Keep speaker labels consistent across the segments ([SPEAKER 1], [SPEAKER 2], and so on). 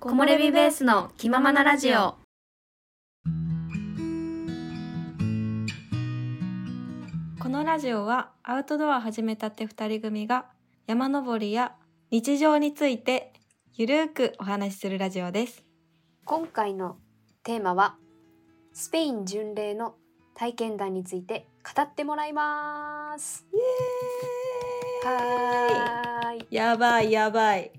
[SPEAKER 1] 木漏れ日ベースの気ままなラジオ。
[SPEAKER 2] このラジオはアウトドアを始めたって2人組が山登りや日常についてゆるーくお話しするラジオです。
[SPEAKER 1] 今回のテーマはスペイン巡礼の体験談について語ってもらいます。
[SPEAKER 2] イエ
[SPEAKER 1] はーい。
[SPEAKER 2] ーイやばいやばい。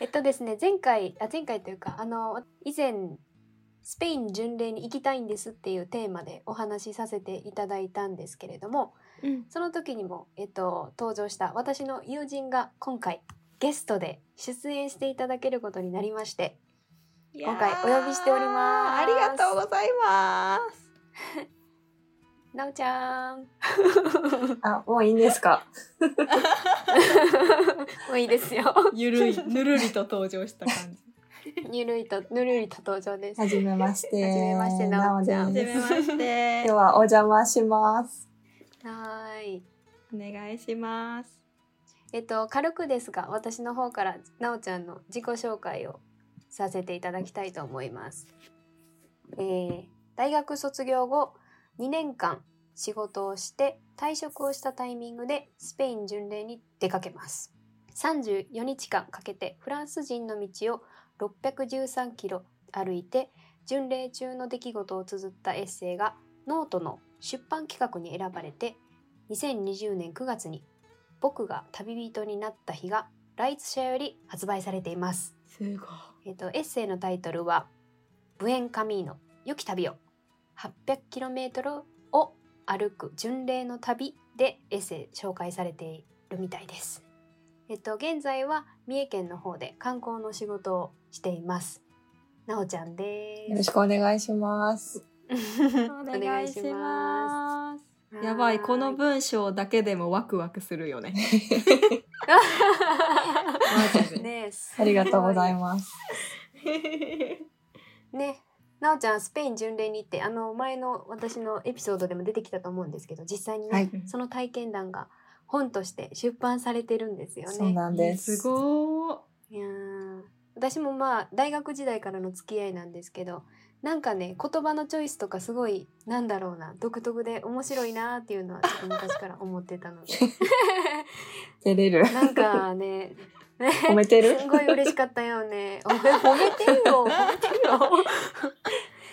[SPEAKER 1] えっとですね、前回あ前回というかあの以前スペイン巡礼に行きたいんですっていうテーマでお話しさせていただいたんですけれども、
[SPEAKER 2] うん、
[SPEAKER 1] その時にも、えっと、登場した私の友人が今回ゲストで出演していただけることになりまして今回お呼びしております
[SPEAKER 2] ありがとうございます。
[SPEAKER 1] なおちゃ ん
[SPEAKER 3] あ、もういいんですか。
[SPEAKER 1] もういいですよ
[SPEAKER 2] ゆるいぬるりと登場した感 じ。
[SPEAKER 1] ぬるりとぬるりと登場です
[SPEAKER 3] はじめまして。
[SPEAKER 1] はじめましてなおちゃ
[SPEAKER 2] は
[SPEAKER 1] ん
[SPEAKER 3] なおで
[SPEAKER 2] じ
[SPEAKER 3] す
[SPEAKER 2] めまして
[SPEAKER 3] 今日。はお邪魔します。
[SPEAKER 1] はーい
[SPEAKER 2] お願いします。
[SPEAKER 1] えっと軽くですが私の方からなおちゃんの自己紹介をさせていただきたいと思います、えー大学卒業後2年間仕事をして退職をしたタイミングでスペイン巡礼に出かけます34日間かけてフランス人の道を613キロ歩いて巡礼中の出来事を綴ったエッセイがノートの出版企画に選ばれて2020年9月に僕が旅人になった日がライツ社より発売されています。
[SPEAKER 2] すごい。
[SPEAKER 1] えっ、とエッセイのタイトルはブエンカミーノ良き旅を 800km を歩く巡礼の旅でエッセイ紹介されているみたいです。えっ、と現在は三重県の方で観光の仕事をしています。なおちゃんです。
[SPEAKER 3] よろしくお願いします。
[SPEAKER 2] お
[SPEAKER 1] お
[SPEAKER 2] 願いします。
[SPEAKER 1] す
[SPEAKER 2] やばい、この
[SPEAKER 1] は
[SPEAKER 2] 文章だけでもワクワクするよね。
[SPEAKER 1] ー
[SPEAKER 2] マジ
[SPEAKER 1] いねえ
[SPEAKER 3] ありがとうございます。
[SPEAKER 2] で。
[SPEAKER 1] ね、なおちゃんスペイン巡礼に行ってあの前の私のエピソードでも出てきたと思うんですけど実際にね、
[SPEAKER 3] はい
[SPEAKER 1] その体験談が本として出版されてるんですよね。
[SPEAKER 3] そうなんです。
[SPEAKER 2] すごー。
[SPEAKER 1] いやー私もまあ大学時代からの付き合いなんですけどなんかね言葉のチョイスとかすごいなんだろうな独特で面白いなーっていうのはちょっと昔から思ってたの で
[SPEAKER 3] 照れる。
[SPEAKER 1] なんかねね
[SPEAKER 3] 褒めてる
[SPEAKER 1] すんごい嬉しかったよね。おめ褒めてよ、褒めてよ。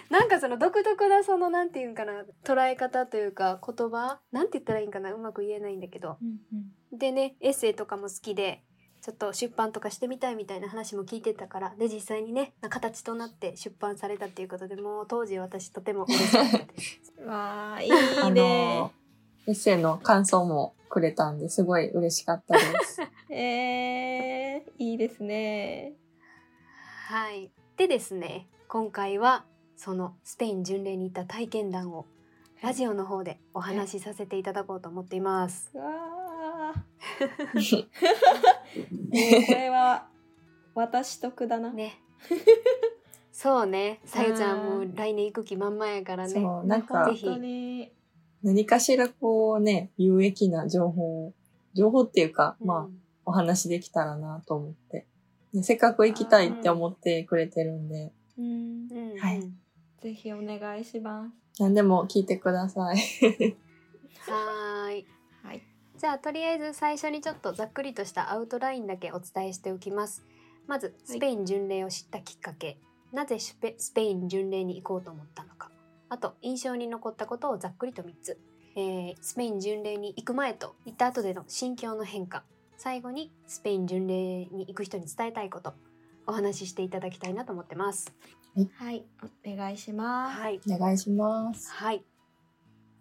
[SPEAKER 1] なんかその独特なそのなんていうんかな捉え方というか言葉なんて言ったらいいんかなうまく言えないんだけどでねエッセイとかも好きでちょっと出版とかしてみたいみたいな話も聞いてたからで実際にね形となって出版されたっていうことでもう当時私とても嬉しかったです
[SPEAKER 2] わー、い
[SPEAKER 3] あ
[SPEAKER 2] いね
[SPEAKER 3] の。、エッセイの感想もくれたんで、すごい嬉しかった です。
[SPEAKER 2] えー、いいですね。
[SPEAKER 1] はいでですね今回はそのスペイン巡礼に行った体験談をラジオの方でお話しさせていただこうと思っています。
[SPEAKER 2] わー、もうこれは私得だな。
[SPEAKER 1] ね。 そうね、さゆちゃ
[SPEAKER 2] あ
[SPEAKER 1] んも
[SPEAKER 2] ー
[SPEAKER 1] 来年行く気満々やからね。
[SPEAKER 3] そう、なんか
[SPEAKER 1] ぜ、ひ
[SPEAKER 2] 本当に。
[SPEAKER 3] 何かしらこうね、有益な情報を、情報っていうか、
[SPEAKER 1] うん
[SPEAKER 3] まあ、お話できたらなと思って。ねせっかく行きたいって思ってくれてるんで、
[SPEAKER 2] うん
[SPEAKER 1] う、ん、
[SPEAKER 3] はい
[SPEAKER 1] うん
[SPEAKER 2] ぜひお願いしま
[SPEAKER 3] 何でも聞いてください。
[SPEAKER 1] はーい。
[SPEAKER 2] す。はい。
[SPEAKER 1] じゃあとりあえず最初にちょっとざっくりとしたアウトラインだけお伝えしておきます。まずスペイン巡礼を知ったきっかけ、なぜスペスペイン巡礼に行こうと思ったのか、あと印象に残ったことをざっくりと3つ、えースペイン巡礼に行く前と行った後での心境の変化、最後にスペイン巡礼に行く人に伝えたいこと、お話ししていただきたいなと思ってます。
[SPEAKER 2] はい、お願いします。
[SPEAKER 1] はい。
[SPEAKER 3] お願いします。
[SPEAKER 1] はい。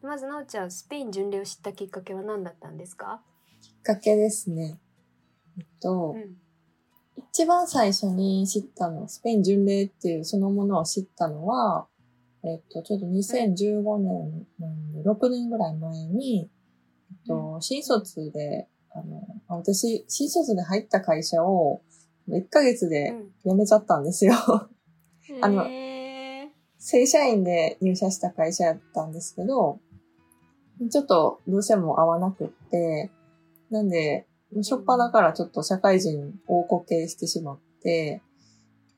[SPEAKER 1] まず、なおちゃん、スペイン巡礼を知ったきっかけは何だったんですか。
[SPEAKER 3] きっかけですね。えっと、
[SPEAKER 1] ん。
[SPEAKER 3] 一番最初に知ったの、スペイン巡礼っていうそのものを知ったのは、えっと、ちょっと2015年なんで、6年ぐらい前に、えっと、新卒で、あの、あ私、新卒で入った会社を、1ヶ月で辞めちゃったんですよ。 あの
[SPEAKER 2] え
[SPEAKER 3] 正社員で入社した会社やったんですけど、ちょっとどうしても合わなくって、なんで、初っ端からちょっと社会人を固形してしまって、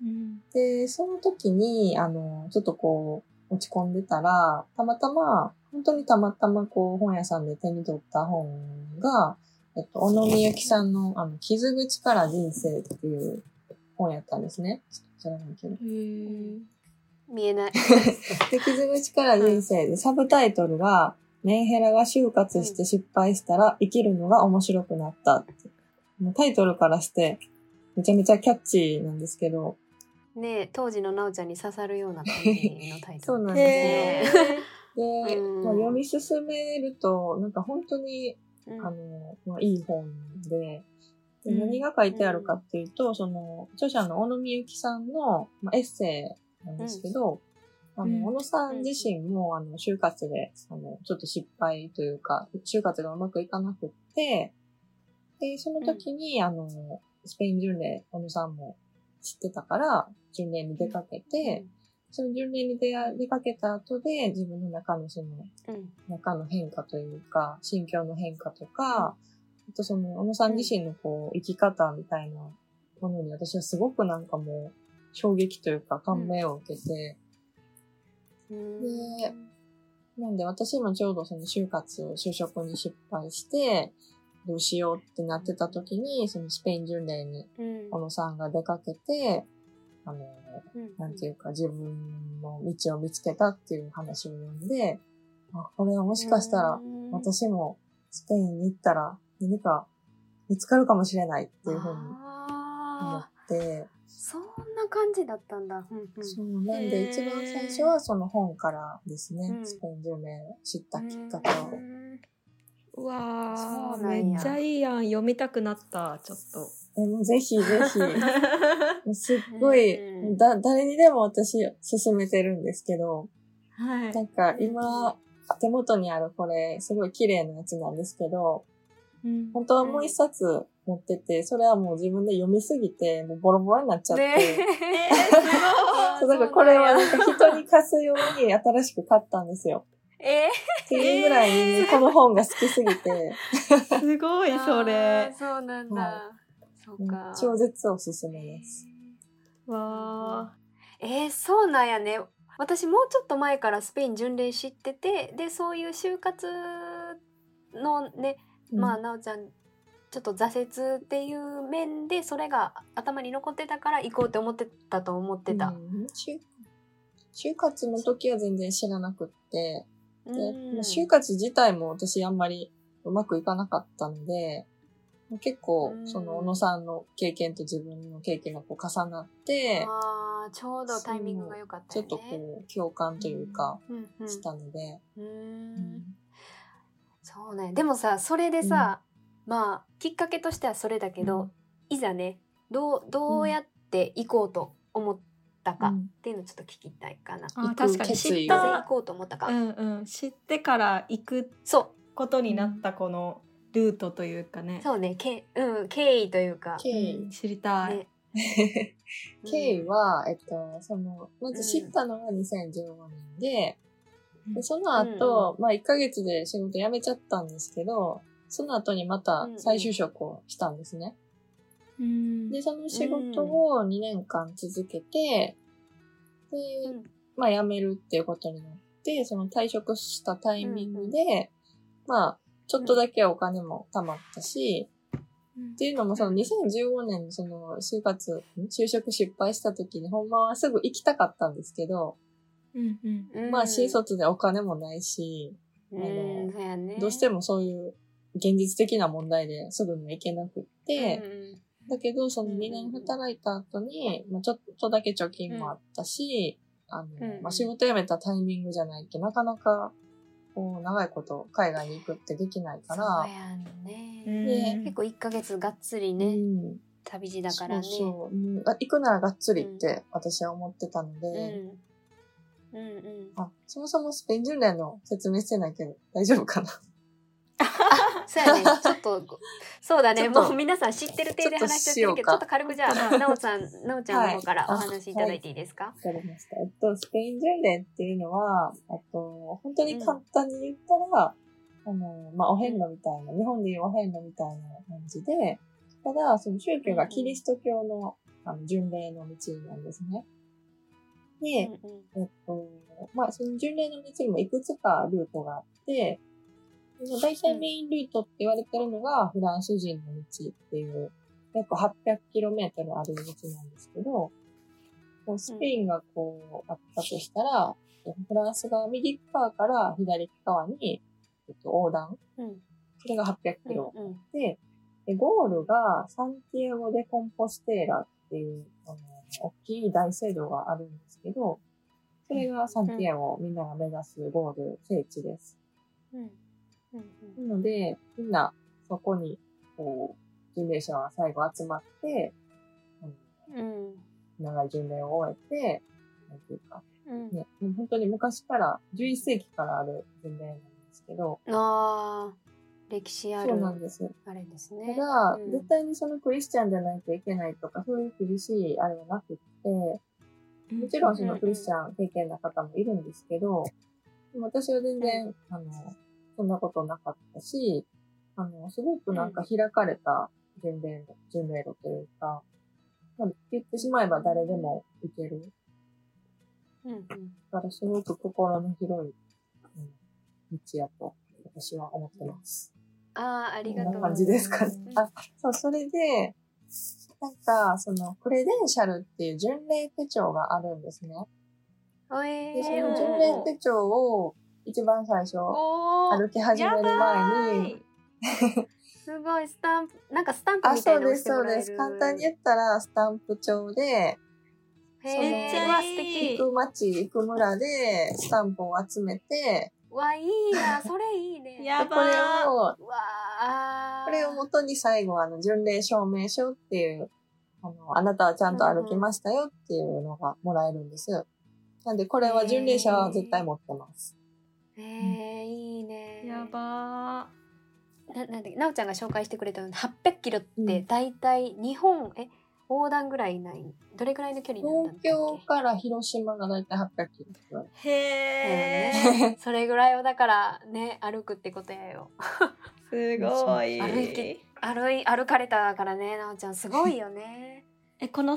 [SPEAKER 2] うん
[SPEAKER 3] で、その時に、あの、ちょっとこう、落ち込んでたら、たまたま、本当にたまたまこう、本屋さんで手に取った本が、えっと、小野美幸さんの、あの、傷口から人生っていう本やったんですね。ちょっと知らないけど。
[SPEAKER 1] 見えない。
[SPEAKER 3] で、傷口から人生で、サブタイトルが、メンヘラが就活して失敗したら生きるのが面白くなったって。もうタイトルからして、めちゃめちゃキャッチーなんですけど。
[SPEAKER 1] ねえ当時のなおちゃんに刺さるような感じのタイ トル。
[SPEAKER 3] なん
[SPEAKER 1] へ
[SPEAKER 2] え
[SPEAKER 1] ー
[SPEAKER 3] で、
[SPEAKER 1] うん
[SPEAKER 3] まあ、読み進めると、なんか本当に、
[SPEAKER 1] うん
[SPEAKER 3] あの、まあ、いい本で、で
[SPEAKER 2] うん
[SPEAKER 3] 何が書いてあるかっていうと、その、著者の小野美幸さんの、まあ、エッセイなんですけど、あ
[SPEAKER 2] うん
[SPEAKER 3] の、小野さん自身も、あの、就活で、あの、ちょっと失敗というか、就活がうまくいかなくって、で、その時に、あの、スペイン巡礼、小野さんも知ってたから、巡礼に出かけて、その巡礼に出会出かけた後で、自分の中のその、
[SPEAKER 1] うん、
[SPEAKER 3] 中の変化というか、心境の変化とか、あとその、小野さん自身のこう、生き方みたいなものに私はすごくなんかもう、衝撃というか感銘を受けて、
[SPEAKER 1] うん
[SPEAKER 3] でなんで私もちょうどその就活、就職に失敗して、どうしようってなってた時に、そのスペイン巡礼に
[SPEAKER 1] うん
[SPEAKER 3] 小野さんが出かけて、あの、
[SPEAKER 1] うん
[SPEAKER 3] なんていうか自分の道を見つけたっていう話を読んで、あ、これはもしかしたら、
[SPEAKER 1] うん
[SPEAKER 3] 私もスペインに行ったら何か見つかるかもしれないっていうふうに思っ
[SPEAKER 1] あー
[SPEAKER 3] て、
[SPEAKER 1] そんな感じだったんだ。うんうん
[SPEAKER 3] そうなんで一番最初はその本からですね、
[SPEAKER 1] うん
[SPEAKER 3] スペイン10名知ったきっかけ
[SPEAKER 2] う
[SPEAKER 3] を。
[SPEAKER 2] わー
[SPEAKER 1] そうなんや
[SPEAKER 2] めっちゃいいやん読みたくなったちょっと
[SPEAKER 3] えもうぜひぜ ひ、すっごい、
[SPEAKER 1] うん
[SPEAKER 3] だ、誰にでも私勧めてるんですけど、
[SPEAKER 2] はい
[SPEAKER 3] なんか今、手元にあるこれ、すごい綺麗なやつなんですけど、
[SPEAKER 2] うん
[SPEAKER 3] 本当はもう一冊持ってて、それはもう自分で読みすぎて、もうボロボロになっちゃって。
[SPEAKER 1] ね
[SPEAKER 3] そうだからこれはなんか人に貸すように新しく買ったんですよ。
[SPEAKER 1] え え
[SPEAKER 3] っていうぐらいこの本が好きすぎて、
[SPEAKER 2] すごい
[SPEAKER 1] ー
[SPEAKER 2] そ
[SPEAKER 1] あ
[SPEAKER 2] れ
[SPEAKER 1] ーそうなんだ。そうか。
[SPEAKER 3] 超絶おすすめです。
[SPEAKER 2] わ
[SPEAKER 1] えー、そうなんやね私もうちょっと前からスペイン巡礼知っててでそういう就活のね、まあなおちゃんちょっと挫折っていう面でそれが頭に残ってたから行こうって思ってたと思ってた
[SPEAKER 3] う。ん就就活の時は全然知らなくって、で
[SPEAKER 1] うん
[SPEAKER 3] まあ就活自体も私あんまりうまくいかなかったので、結構
[SPEAKER 1] うん
[SPEAKER 3] その小野さんの経験と自分の経験がこう重なって、
[SPEAKER 1] あーちょうどタイミングが良かった
[SPEAKER 3] ちょ
[SPEAKER 1] よ
[SPEAKER 3] っ
[SPEAKER 1] ね。
[SPEAKER 3] とこう、共感というか、
[SPEAKER 1] うんうん
[SPEAKER 3] したので。
[SPEAKER 1] う
[SPEAKER 3] うん
[SPEAKER 1] そうねでもさそれでさ、まあきっかけとしてはそれだけど、いざねどうどうやって行こうと思ったかっていうのをちょっと聞きたいかな。
[SPEAKER 2] ー
[SPEAKER 3] 行
[SPEAKER 2] あ
[SPEAKER 3] く
[SPEAKER 2] 確かに
[SPEAKER 3] 決
[SPEAKER 2] 知っ
[SPEAKER 3] 意
[SPEAKER 1] なぜ行
[SPEAKER 2] た
[SPEAKER 1] こうと思ったか、
[SPEAKER 2] うんうん知ってから行く
[SPEAKER 1] そ
[SPEAKER 2] ことになったこのルートというかね
[SPEAKER 1] うそうねけ、うん、経緯というか、
[SPEAKER 3] 経
[SPEAKER 2] う
[SPEAKER 3] 緯
[SPEAKER 2] ん。知りたい
[SPEAKER 1] ね、うん
[SPEAKER 3] 経緯は、えっと、その、ま
[SPEAKER 1] うん
[SPEAKER 3] ず知ったのが2015年で、
[SPEAKER 2] う
[SPEAKER 3] で
[SPEAKER 2] ん
[SPEAKER 3] その後、まあ1ヶ月で仕事辞めちゃったんですけど、その後にまた再就職をしたんですね。
[SPEAKER 2] うん
[SPEAKER 3] で、その仕事を2年間続けて、で
[SPEAKER 1] うん、
[SPEAKER 3] まあ辞めるっていうことになって、その退職したタイミングで、まあ、ちょっとだけお金も貯まったし、っていうのも、その2015年のその就活、ん就職失敗した時に、ほんまはすぐ行きたかったんですけど、
[SPEAKER 2] うんうん
[SPEAKER 1] うん
[SPEAKER 3] まあ新卒でお金もないし、
[SPEAKER 1] うんそうやね
[SPEAKER 3] どうしてもそういう現実的な問題ですぐには行けなくって、だけどその2年働いた後に、まあちょっとだけ貯金もあったし、あの
[SPEAKER 1] うん、
[SPEAKER 3] まあ仕事辞めたタイミングじゃないとなかなか、こう長いこと海外に行くってできない
[SPEAKER 1] か
[SPEAKER 3] からら
[SPEAKER 1] そう、やんね、
[SPEAKER 2] うん
[SPEAKER 1] 結構1ヶ月がっつり
[SPEAKER 3] う
[SPEAKER 1] ね
[SPEAKER 3] ん
[SPEAKER 1] 旅路だからね
[SPEAKER 3] そうそううんあ行くならがっつりって私は思ってたので、
[SPEAKER 1] うん、うんうん
[SPEAKER 3] あそもそもスペイン巡礼の説明してないけど大丈夫かな
[SPEAKER 1] そうや ね、ちょっと、そうだね、
[SPEAKER 3] ちょっと
[SPEAKER 1] もう皆さん知ってる程度話しちゃってるけど、ちょ
[SPEAKER 3] ちょ
[SPEAKER 1] っ
[SPEAKER 3] っとしようか
[SPEAKER 1] と軽くじ ゃあ、なおさん、なおちゃんの方からお
[SPEAKER 3] はいあ
[SPEAKER 1] 話いただいていいですか、
[SPEAKER 3] わかりました。えっと、スペイン巡礼っていうのは、えっと、本当に簡単に言ったら、あの、まあ、お遍路みたいな、日本でいうお遍路みたいな感じで、ただ、その宗教がキリスト教のあの巡礼の道なんですね。で、
[SPEAKER 1] うんうん
[SPEAKER 3] えっと、まあ、その巡礼の道にもいくつかルートがあって、まあ大体メインルートって言われてるのがフランス人の道っていう、約 800km ある道なんですけど、こうスペインがこうあったとしたら、フランスが右側から左側に、えっと、横断。
[SPEAKER 1] うん
[SPEAKER 3] それが 800km。
[SPEAKER 1] うんうん
[SPEAKER 3] で、でゴールがサンティエゴ・デ・コンポステーラっていう、あの、大きい大聖堂があるんですけど、それがサンティエゴ、みんなが目指すゴール、聖地です。
[SPEAKER 1] うんうん
[SPEAKER 3] なので、みんなそこに、こう、巡礼者は最後集まって、あ
[SPEAKER 1] う
[SPEAKER 3] の
[SPEAKER 1] ん
[SPEAKER 3] 長い巡礼を終えて、なんていうか、
[SPEAKER 1] うん
[SPEAKER 3] ね、もう本当に昔から、11世紀からある巡礼なんですけど、
[SPEAKER 1] あー歴史ある
[SPEAKER 3] そうなんです。
[SPEAKER 1] あれです
[SPEAKER 3] た
[SPEAKER 1] ね。
[SPEAKER 3] だ、
[SPEAKER 1] うん
[SPEAKER 3] 絶対にそのクリスチャンじゃないといけないとか、そういう厳しいあれはなくって、も
[SPEAKER 2] も
[SPEAKER 3] ちろんそのクリスチャン経験な方もいるんですけど、でも私は全然、あの、そんなことなかったし、あの、すごくなんか開かれた巡礼路、巡礼路というか、まあ、言ってしまえば誰でも行ける。
[SPEAKER 1] うんうん
[SPEAKER 3] だからすごく心の広い、うん、道やと、私は思ってます。
[SPEAKER 1] あーありがと
[SPEAKER 3] こ
[SPEAKER 1] うん
[SPEAKER 3] な
[SPEAKER 1] ございま
[SPEAKER 3] 感じ
[SPEAKER 1] す。
[SPEAKER 3] ですかね。
[SPEAKER 1] うん
[SPEAKER 3] あ、そう、それで、なんか、その、クレデンシャルっていう巡礼手帳があるんですね。
[SPEAKER 1] お
[SPEAKER 3] で、
[SPEAKER 1] え
[SPEAKER 3] そ
[SPEAKER 1] ー
[SPEAKER 3] の巡礼手帳を一番最初、
[SPEAKER 1] おー
[SPEAKER 3] 歩き始める前に、
[SPEAKER 1] すごいスタンプなんかスタンプ
[SPEAKER 3] あ、
[SPEAKER 1] みたい
[SPEAKER 3] そ
[SPEAKER 1] な
[SPEAKER 3] う
[SPEAKER 1] の
[SPEAKER 3] で
[SPEAKER 1] 押
[SPEAKER 3] す、
[SPEAKER 1] して
[SPEAKER 3] そ
[SPEAKER 1] も
[SPEAKER 3] う
[SPEAKER 1] らえ
[SPEAKER 3] で
[SPEAKER 1] る
[SPEAKER 3] す。簡単に言ったら、スタンプ帳で、
[SPEAKER 1] へー
[SPEAKER 3] めっちゃいいう
[SPEAKER 1] わ素敵
[SPEAKER 3] 行く町、行く村で、スタンプを集めて、
[SPEAKER 1] わいいなそれいいね
[SPEAKER 2] や
[SPEAKER 3] で
[SPEAKER 2] ば
[SPEAKER 3] これを、
[SPEAKER 1] うわあ
[SPEAKER 3] これをもとに最後、あの、巡礼証明書っていう、あの、あなたはちゃんと歩きましたよっていうのがもらえるんですよ。なんで、これは巡礼者は絶対持ってます。
[SPEAKER 1] えー、いいね
[SPEAKER 2] やば
[SPEAKER 1] ななんだっけなおちゃんが紹介してくれたので800キロって大体日本、え横断ぐらいないどれぐらいの距離になった
[SPEAKER 3] 東
[SPEAKER 1] んだ
[SPEAKER 3] 京
[SPEAKER 1] っ
[SPEAKER 3] から広島がだいたい800キロ。
[SPEAKER 2] ー。へ
[SPEAKER 1] け
[SPEAKER 2] え、
[SPEAKER 1] だよねそれぐらいをだからね歩くってことやよ
[SPEAKER 2] すごい。
[SPEAKER 1] 歩いて歩い歩かれたからねなおちゃんすごいよ ね
[SPEAKER 2] え、この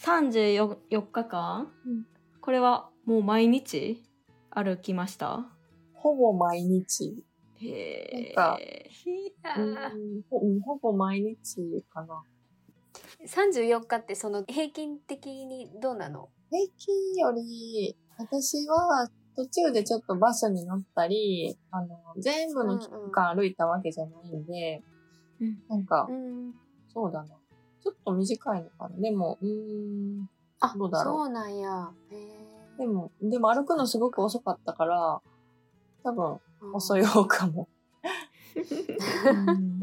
[SPEAKER 2] 34日間、
[SPEAKER 3] うん
[SPEAKER 2] これはもう毎日歩きました
[SPEAKER 3] ほぼ毎日。
[SPEAKER 2] へえ。
[SPEAKER 3] なんか
[SPEAKER 1] いや
[SPEAKER 3] う
[SPEAKER 1] ー
[SPEAKER 3] んほうんほぼ毎日かな。
[SPEAKER 1] 34日ってその平均的にどうなの
[SPEAKER 3] 平均より、私は途中でちょっとバスに乗ったり、あの、全部の期間歩いたわけじゃないんで、
[SPEAKER 2] うん
[SPEAKER 3] なんか、
[SPEAKER 1] うん
[SPEAKER 3] そうだな。ちょっと短いのかな。でも、うーん。
[SPEAKER 1] あ
[SPEAKER 3] どうだろ
[SPEAKER 1] そ
[SPEAKER 3] う
[SPEAKER 1] うなんやへ
[SPEAKER 3] でも、でも歩くのすごく遅かったから、多分、
[SPEAKER 1] ー
[SPEAKER 3] 遅い方かも。うん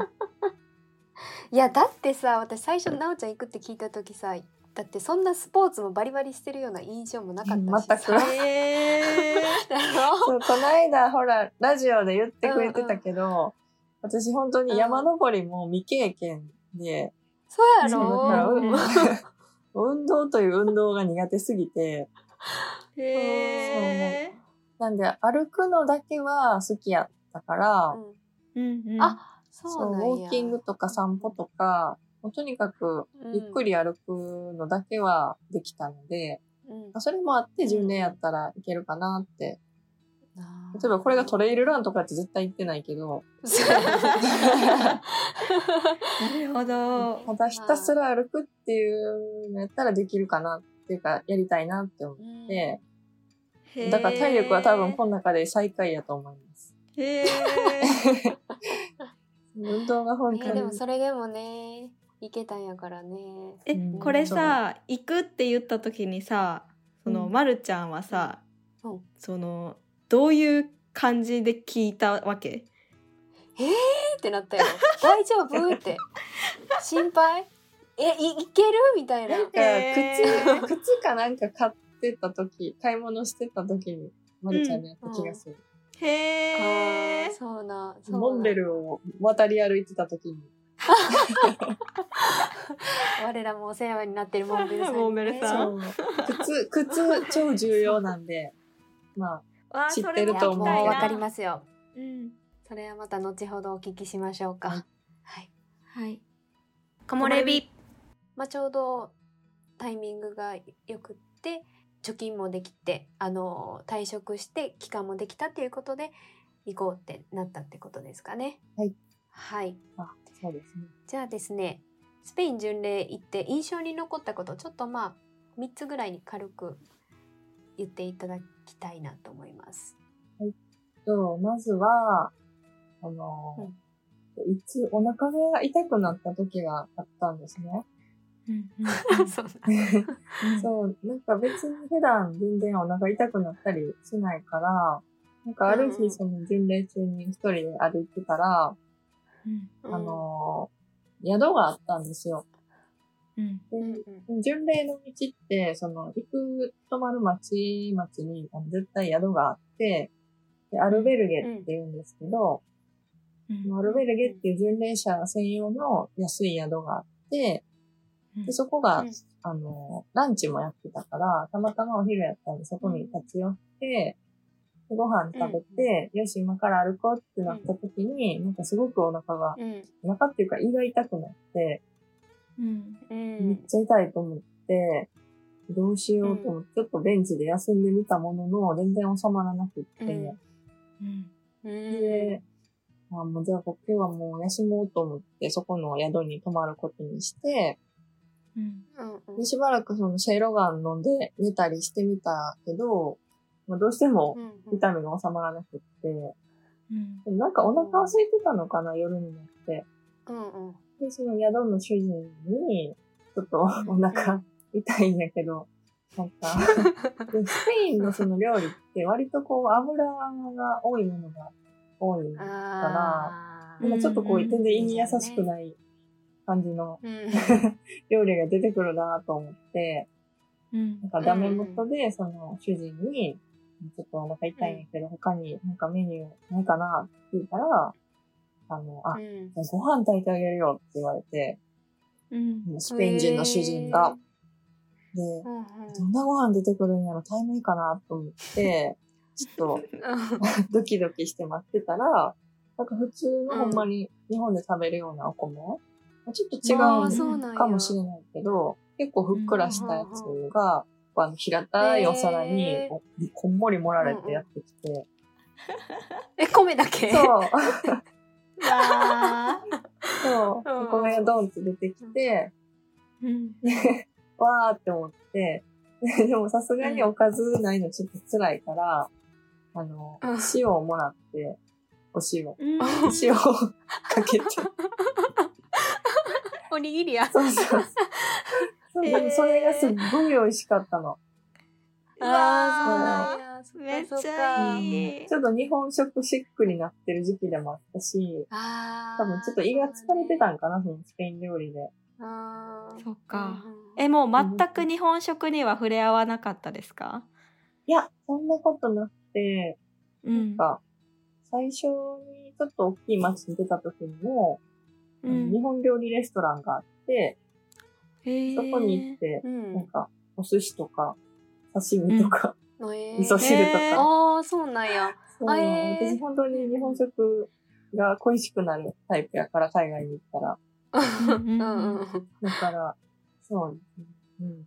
[SPEAKER 1] いやだってさ私最初なおちゃん行くって聞いた時さだってそんなスポーツもバリバリしてるような印象もなかったし
[SPEAKER 3] うん
[SPEAKER 1] さ
[SPEAKER 2] へー
[SPEAKER 3] そう、この間、ほら、ラジオで言ってくれてたけど、私本当に山登りも未経験で、
[SPEAKER 1] そうや
[SPEAKER 3] そうだから
[SPEAKER 1] ろ
[SPEAKER 2] うん
[SPEAKER 3] うん 運動という運動が苦手すぎて、
[SPEAKER 2] へえ。
[SPEAKER 3] なんで歩くのだけは好きやったから、
[SPEAKER 1] うん
[SPEAKER 2] うんうん
[SPEAKER 1] あ
[SPEAKER 3] そ
[SPEAKER 1] そう
[SPEAKER 3] う、
[SPEAKER 1] なん
[SPEAKER 3] ウォ
[SPEAKER 1] や
[SPEAKER 3] ーキングとか散歩とか、もうとにかくゆっくり歩くのだけはできたので、
[SPEAKER 1] うん
[SPEAKER 3] まあそれもあって10年やったらいけるかなって。
[SPEAKER 1] あー
[SPEAKER 3] 例えばこれがトレイルランとかって絶対行ってないけど、
[SPEAKER 2] なるほ
[SPEAKER 3] た
[SPEAKER 2] ど。
[SPEAKER 3] だひたすら歩くっていうのやったらできるかなっていうか、やりたいなって思っ
[SPEAKER 1] うん
[SPEAKER 3] て、
[SPEAKER 2] へー
[SPEAKER 3] だから体力は多分この中で最下位やと思います。
[SPEAKER 2] へえ。
[SPEAKER 3] 運動が本当
[SPEAKER 1] えでも
[SPEAKER 3] に。
[SPEAKER 1] それでもね行けたんやからね
[SPEAKER 2] え、
[SPEAKER 3] うん
[SPEAKER 2] これさ、行くって言った時にさ、その、
[SPEAKER 3] うん
[SPEAKER 2] まるちゃんはさ、
[SPEAKER 1] うん
[SPEAKER 2] その、どういう感じで聞いたわけ
[SPEAKER 1] えってなったよ大丈夫って心配えいいけるみたいな
[SPEAKER 3] なんか
[SPEAKER 2] えー
[SPEAKER 3] 靴、靴かなんか買ってた時、買い物してた時に、まるちゃんにやった気がする。
[SPEAKER 2] へ
[SPEAKER 1] あ
[SPEAKER 2] え
[SPEAKER 1] ー。そうなそうな
[SPEAKER 3] モンベルを渡り歩いてた時に。
[SPEAKER 1] 我らもお世話になってるモンベルさん、
[SPEAKER 2] モンベルさん
[SPEAKER 3] そ う。靴、靴超重要なんで。まあ、
[SPEAKER 2] わあ
[SPEAKER 3] 知ってると思
[SPEAKER 2] そ
[SPEAKER 3] う
[SPEAKER 2] れ聞きたいな
[SPEAKER 1] もうわかりますよ。
[SPEAKER 2] うん。
[SPEAKER 1] それはまた後ほどお聞きしましょうか。はい。
[SPEAKER 2] はい。カモレビ。
[SPEAKER 1] まあ、ちょうどタイミングが良くって貯金もできてあの退職して期間もできたっていうことで行こうってなったってことですかね。
[SPEAKER 3] はい、
[SPEAKER 1] はい、
[SPEAKER 3] あ、そうですね。
[SPEAKER 1] じゃあですねスペイン巡礼行って印象に残ったことちょっとまあ3つぐらいに軽く言っていただきたいなと思います。
[SPEAKER 3] と、まずは、あの、いつお腹が痛くなった時があったんですね。
[SPEAKER 2] うんうん
[SPEAKER 1] そうなん
[SPEAKER 2] うん
[SPEAKER 3] そう、なんか別に普段全然お腹痛くなったりしないから、なんかある
[SPEAKER 1] うんうん
[SPEAKER 3] 日その巡礼中に一人で歩いてたら、
[SPEAKER 2] うん
[SPEAKER 3] あの、宿があったんですよ。
[SPEAKER 2] うん
[SPEAKER 3] で
[SPEAKER 1] うんうん
[SPEAKER 3] 巡礼の道って、その、行く、泊まる町々に、あの絶対宿があって、でアルベルゲって言うんですけど、
[SPEAKER 2] うん
[SPEAKER 3] アルベルゲっていう巡礼者専用の安い宿があって、
[SPEAKER 2] うん
[SPEAKER 3] でそこが、
[SPEAKER 1] うん
[SPEAKER 3] あの、ランチもやってたから、たまたまお昼やったんで、そこに立ち寄って、でご飯食べて、よし、今から歩こうってなった時に、なんかすごくお腹が、
[SPEAKER 1] うん
[SPEAKER 3] お腹っていうか胃が痛くなって、
[SPEAKER 2] うん
[SPEAKER 1] う
[SPEAKER 3] めっ
[SPEAKER 1] ん
[SPEAKER 3] ちゃ痛いと思って、どうしようと思って、ちょっとベンチで休んでみたものの、全然収まらなくって、
[SPEAKER 1] うん
[SPEAKER 2] うん
[SPEAKER 1] うん
[SPEAKER 3] で、あもうじゃあ今日はもう休もうと思って、そこの宿に泊まることにして、
[SPEAKER 2] うん
[SPEAKER 1] うんうん
[SPEAKER 3] で、しばらくそのシェイロガン飲んで寝たりしてみたけど、まあ、どうしても
[SPEAKER 1] うんうん
[SPEAKER 3] 痛みが収まらなくって、
[SPEAKER 2] うん
[SPEAKER 3] でもなんかお腹空いてたのかな、夜になって。
[SPEAKER 1] うんうん
[SPEAKER 3] で、その宿の主人に、ちょっとお
[SPEAKER 2] うん
[SPEAKER 3] 腹痛いんやけど、なんか、でスペインのその料理って割とこう油が多いものが多い。な
[SPEAKER 1] あ
[SPEAKER 2] うん
[SPEAKER 1] ー
[SPEAKER 3] んかちょっとこう
[SPEAKER 2] うん
[SPEAKER 3] 全然胃に優しくない感じの
[SPEAKER 1] うん
[SPEAKER 3] 料理が出てくるなと思って、
[SPEAKER 2] うん
[SPEAKER 3] なんかダメ元でその主人に、ちょっとお腹痛いんやけど他になんかメニューないかなって聞いたら、あの、あ
[SPEAKER 1] う、ん
[SPEAKER 3] ご飯炊いてあげるよって言われて、
[SPEAKER 2] うん
[SPEAKER 3] スペイン人の主人が。で、
[SPEAKER 1] うんうん
[SPEAKER 3] どんなご飯出てくるんやろタイムいいかなと思って、ちょっとドキドキして待ってたら、なんか普通のほんまに日本で食べるようなお米、ちょっと違
[SPEAKER 1] あー
[SPEAKER 3] う
[SPEAKER 1] そうなんや
[SPEAKER 3] かもしれないけど、結構ふっくらしたやつが、あの平たいお皿に
[SPEAKER 1] へー
[SPEAKER 3] おこんもり盛られてやってきて、
[SPEAKER 1] え米だけ
[SPEAKER 3] そう、
[SPEAKER 2] わ
[SPEAKER 3] そ
[SPEAKER 1] う
[SPEAKER 3] う、
[SPEAKER 1] ん
[SPEAKER 3] お米がドンって出てきて、
[SPEAKER 2] ーうん
[SPEAKER 3] わーって思って、 でもさすがにおかずないのちょっと辛いから、あの、
[SPEAKER 1] うん
[SPEAKER 3] 塩をもらって、お塩。
[SPEAKER 2] うん
[SPEAKER 3] 塩をか けて。
[SPEAKER 1] おにぎりや
[SPEAKER 3] そうそうそう。
[SPEAKER 1] へー
[SPEAKER 3] でもそれがすっごい美味しかったの。
[SPEAKER 1] あーそうなん
[SPEAKER 2] め
[SPEAKER 1] や
[SPEAKER 2] っ
[SPEAKER 1] そっか
[SPEAKER 2] ち
[SPEAKER 1] そっ
[SPEAKER 2] ゃ
[SPEAKER 1] か
[SPEAKER 2] いい
[SPEAKER 3] ちょっと日本食シックになってる時期でもあったし、
[SPEAKER 1] あー
[SPEAKER 3] 多分ちょっと胃が疲れてたんかな、そのスペイン料理で。
[SPEAKER 1] あー
[SPEAKER 2] そっか
[SPEAKER 1] うんうん
[SPEAKER 2] えもう全く日本食には触れ合わなかったですか
[SPEAKER 3] いや、そんなことなくて、
[SPEAKER 2] う
[SPEAKER 3] なん
[SPEAKER 2] ん
[SPEAKER 3] か、最初にちょっと大きい街に出た時にも、
[SPEAKER 2] う
[SPEAKER 3] 日
[SPEAKER 2] ん
[SPEAKER 3] 本料理レストランがあって、
[SPEAKER 2] へー
[SPEAKER 3] そこに行って、
[SPEAKER 1] うん
[SPEAKER 3] なんか、お寿司とか、刺身とか、
[SPEAKER 1] えー
[SPEAKER 3] 味噌汁と
[SPEAKER 2] へー
[SPEAKER 3] か、
[SPEAKER 1] ああそうなんや
[SPEAKER 3] そうなの
[SPEAKER 1] えー
[SPEAKER 3] 私本当に日本食が恋しくなるタイプやから、海外に行ったら。
[SPEAKER 2] うんうん
[SPEAKER 1] うんうん
[SPEAKER 3] だから、そう、うん。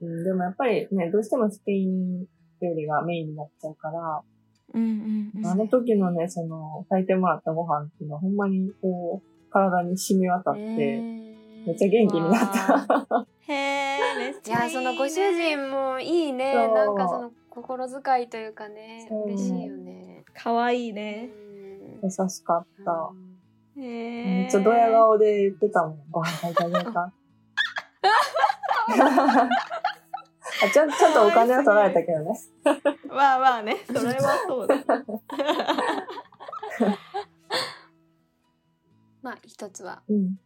[SPEAKER 3] うん、でもやっぱりね、どうしてもスペイン料理がメインになっちゃうから、
[SPEAKER 2] うんうん
[SPEAKER 3] あの時のね、その、炊いてもらったご飯っていうのはほんまにこう、体に染み渡っ
[SPEAKER 1] う
[SPEAKER 3] て、
[SPEAKER 1] ん
[SPEAKER 3] めっちゃ元気になった。
[SPEAKER 2] へえめっ
[SPEAKER 1] い
[SPEAKER 2] ちゃいいね
[SPEAKER 1] やそのご主人もいいね
[SPEAKER 3] そう
[SPEAKER 1] なんかその心遣いというかね
[SPEAKER 3] そう
[SPEAKER 1] 嬉しいよね
[SPEAKER 2] かわいい
[SPEAKER 1] うん
[SPEAKER 2] ね
[SPEAKER 3] 優しかった。
[SPEAKER 2] へ
[SPEAKER 3] め
[SPEAKER 2] め
[SPEAKER 3] っちゃドヤ顔で言ってたもん。ご飯炊いてあげよ うか。あちゃんちゃんとお金は取られたけどね。
[SPEAKER 2] まあまあねそれはそうだね
[SPEAKER 1] まあ一つは
[SPEAKER 3] うん。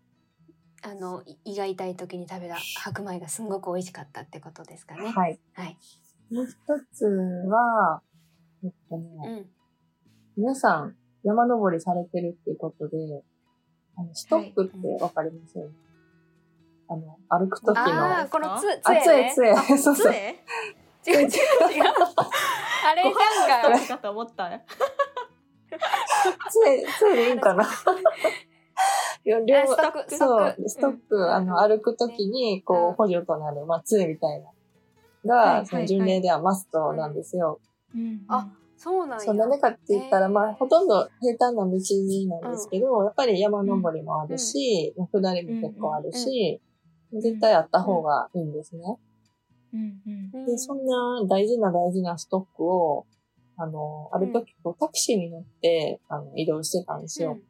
[SPEAKER 1] あのい胃が痛い時に食べた白米がすんごく美味しかったってことですかね
[SPEAKER 3] はい。
[SPEAKER 1] はい
[SPEAKER 3] もう一つは、えっと
[SPEAKER 1] う
[SPEAKER 3] ね、
[SPEAKER 1] ん
[SPEAKER 3] 皆さん山登りされてるっていうことで、あのストックってわかりますよね、あの、歩く時の。
[SPEAKER 1] あ
[SPEAKER 3] あ、
[SPEAKER 1] あこのつ
[SPEAKER 3] つ
[SPEAKER 1] 杖
[SPEAKER 3] え
[SPEAKER 1] ね
[SPEAKER 3] つえ。そうそう。
[SPEAKER 2] 杖
[SPEAKER 1] 違う 違う違うあれなんか
[SPEAKER 2] 杖かと思った
[SPEAKER 3] つえ、つえでいいんかな。両両
[SPEAKER 1] あストック
[SPEAKER 3] そ
[SPEAKER 1] ストック
[SPEAKER 3] う、ストッ
[SPEAKER 1] うん
[SPEAKER 3] ク、あの、歩くときに、こ
[SPEAKER 1] うん
[SPEAKER 3] う、補助となる、まあ、杖みたいな。
[SPEAKER 2] はいは
[SPEAKER 3] が、
[SPEAKER 2] い
[SPEAKER 3] その巡礼ではマストなんですよ。
[SPEAKER 2] うん
[SPEAKER 1] あそうなんや。
[SPEAKER 3] そう、なんでかって言ったら、まあ、ほとんど平坦な道なんですけど、やっぱり山登りもあるし、まあ下りも結構あるし、絶対あった方がいいんですね。
[SPEAKER 2] うんうん
[SPEAKER 1] う
[SPEAKER 3] で、そんな大事な大事なストックを、あの、ある時、こうタクシーに乗って、あの、移動してたんですよ。
[SPEAKER 2] うん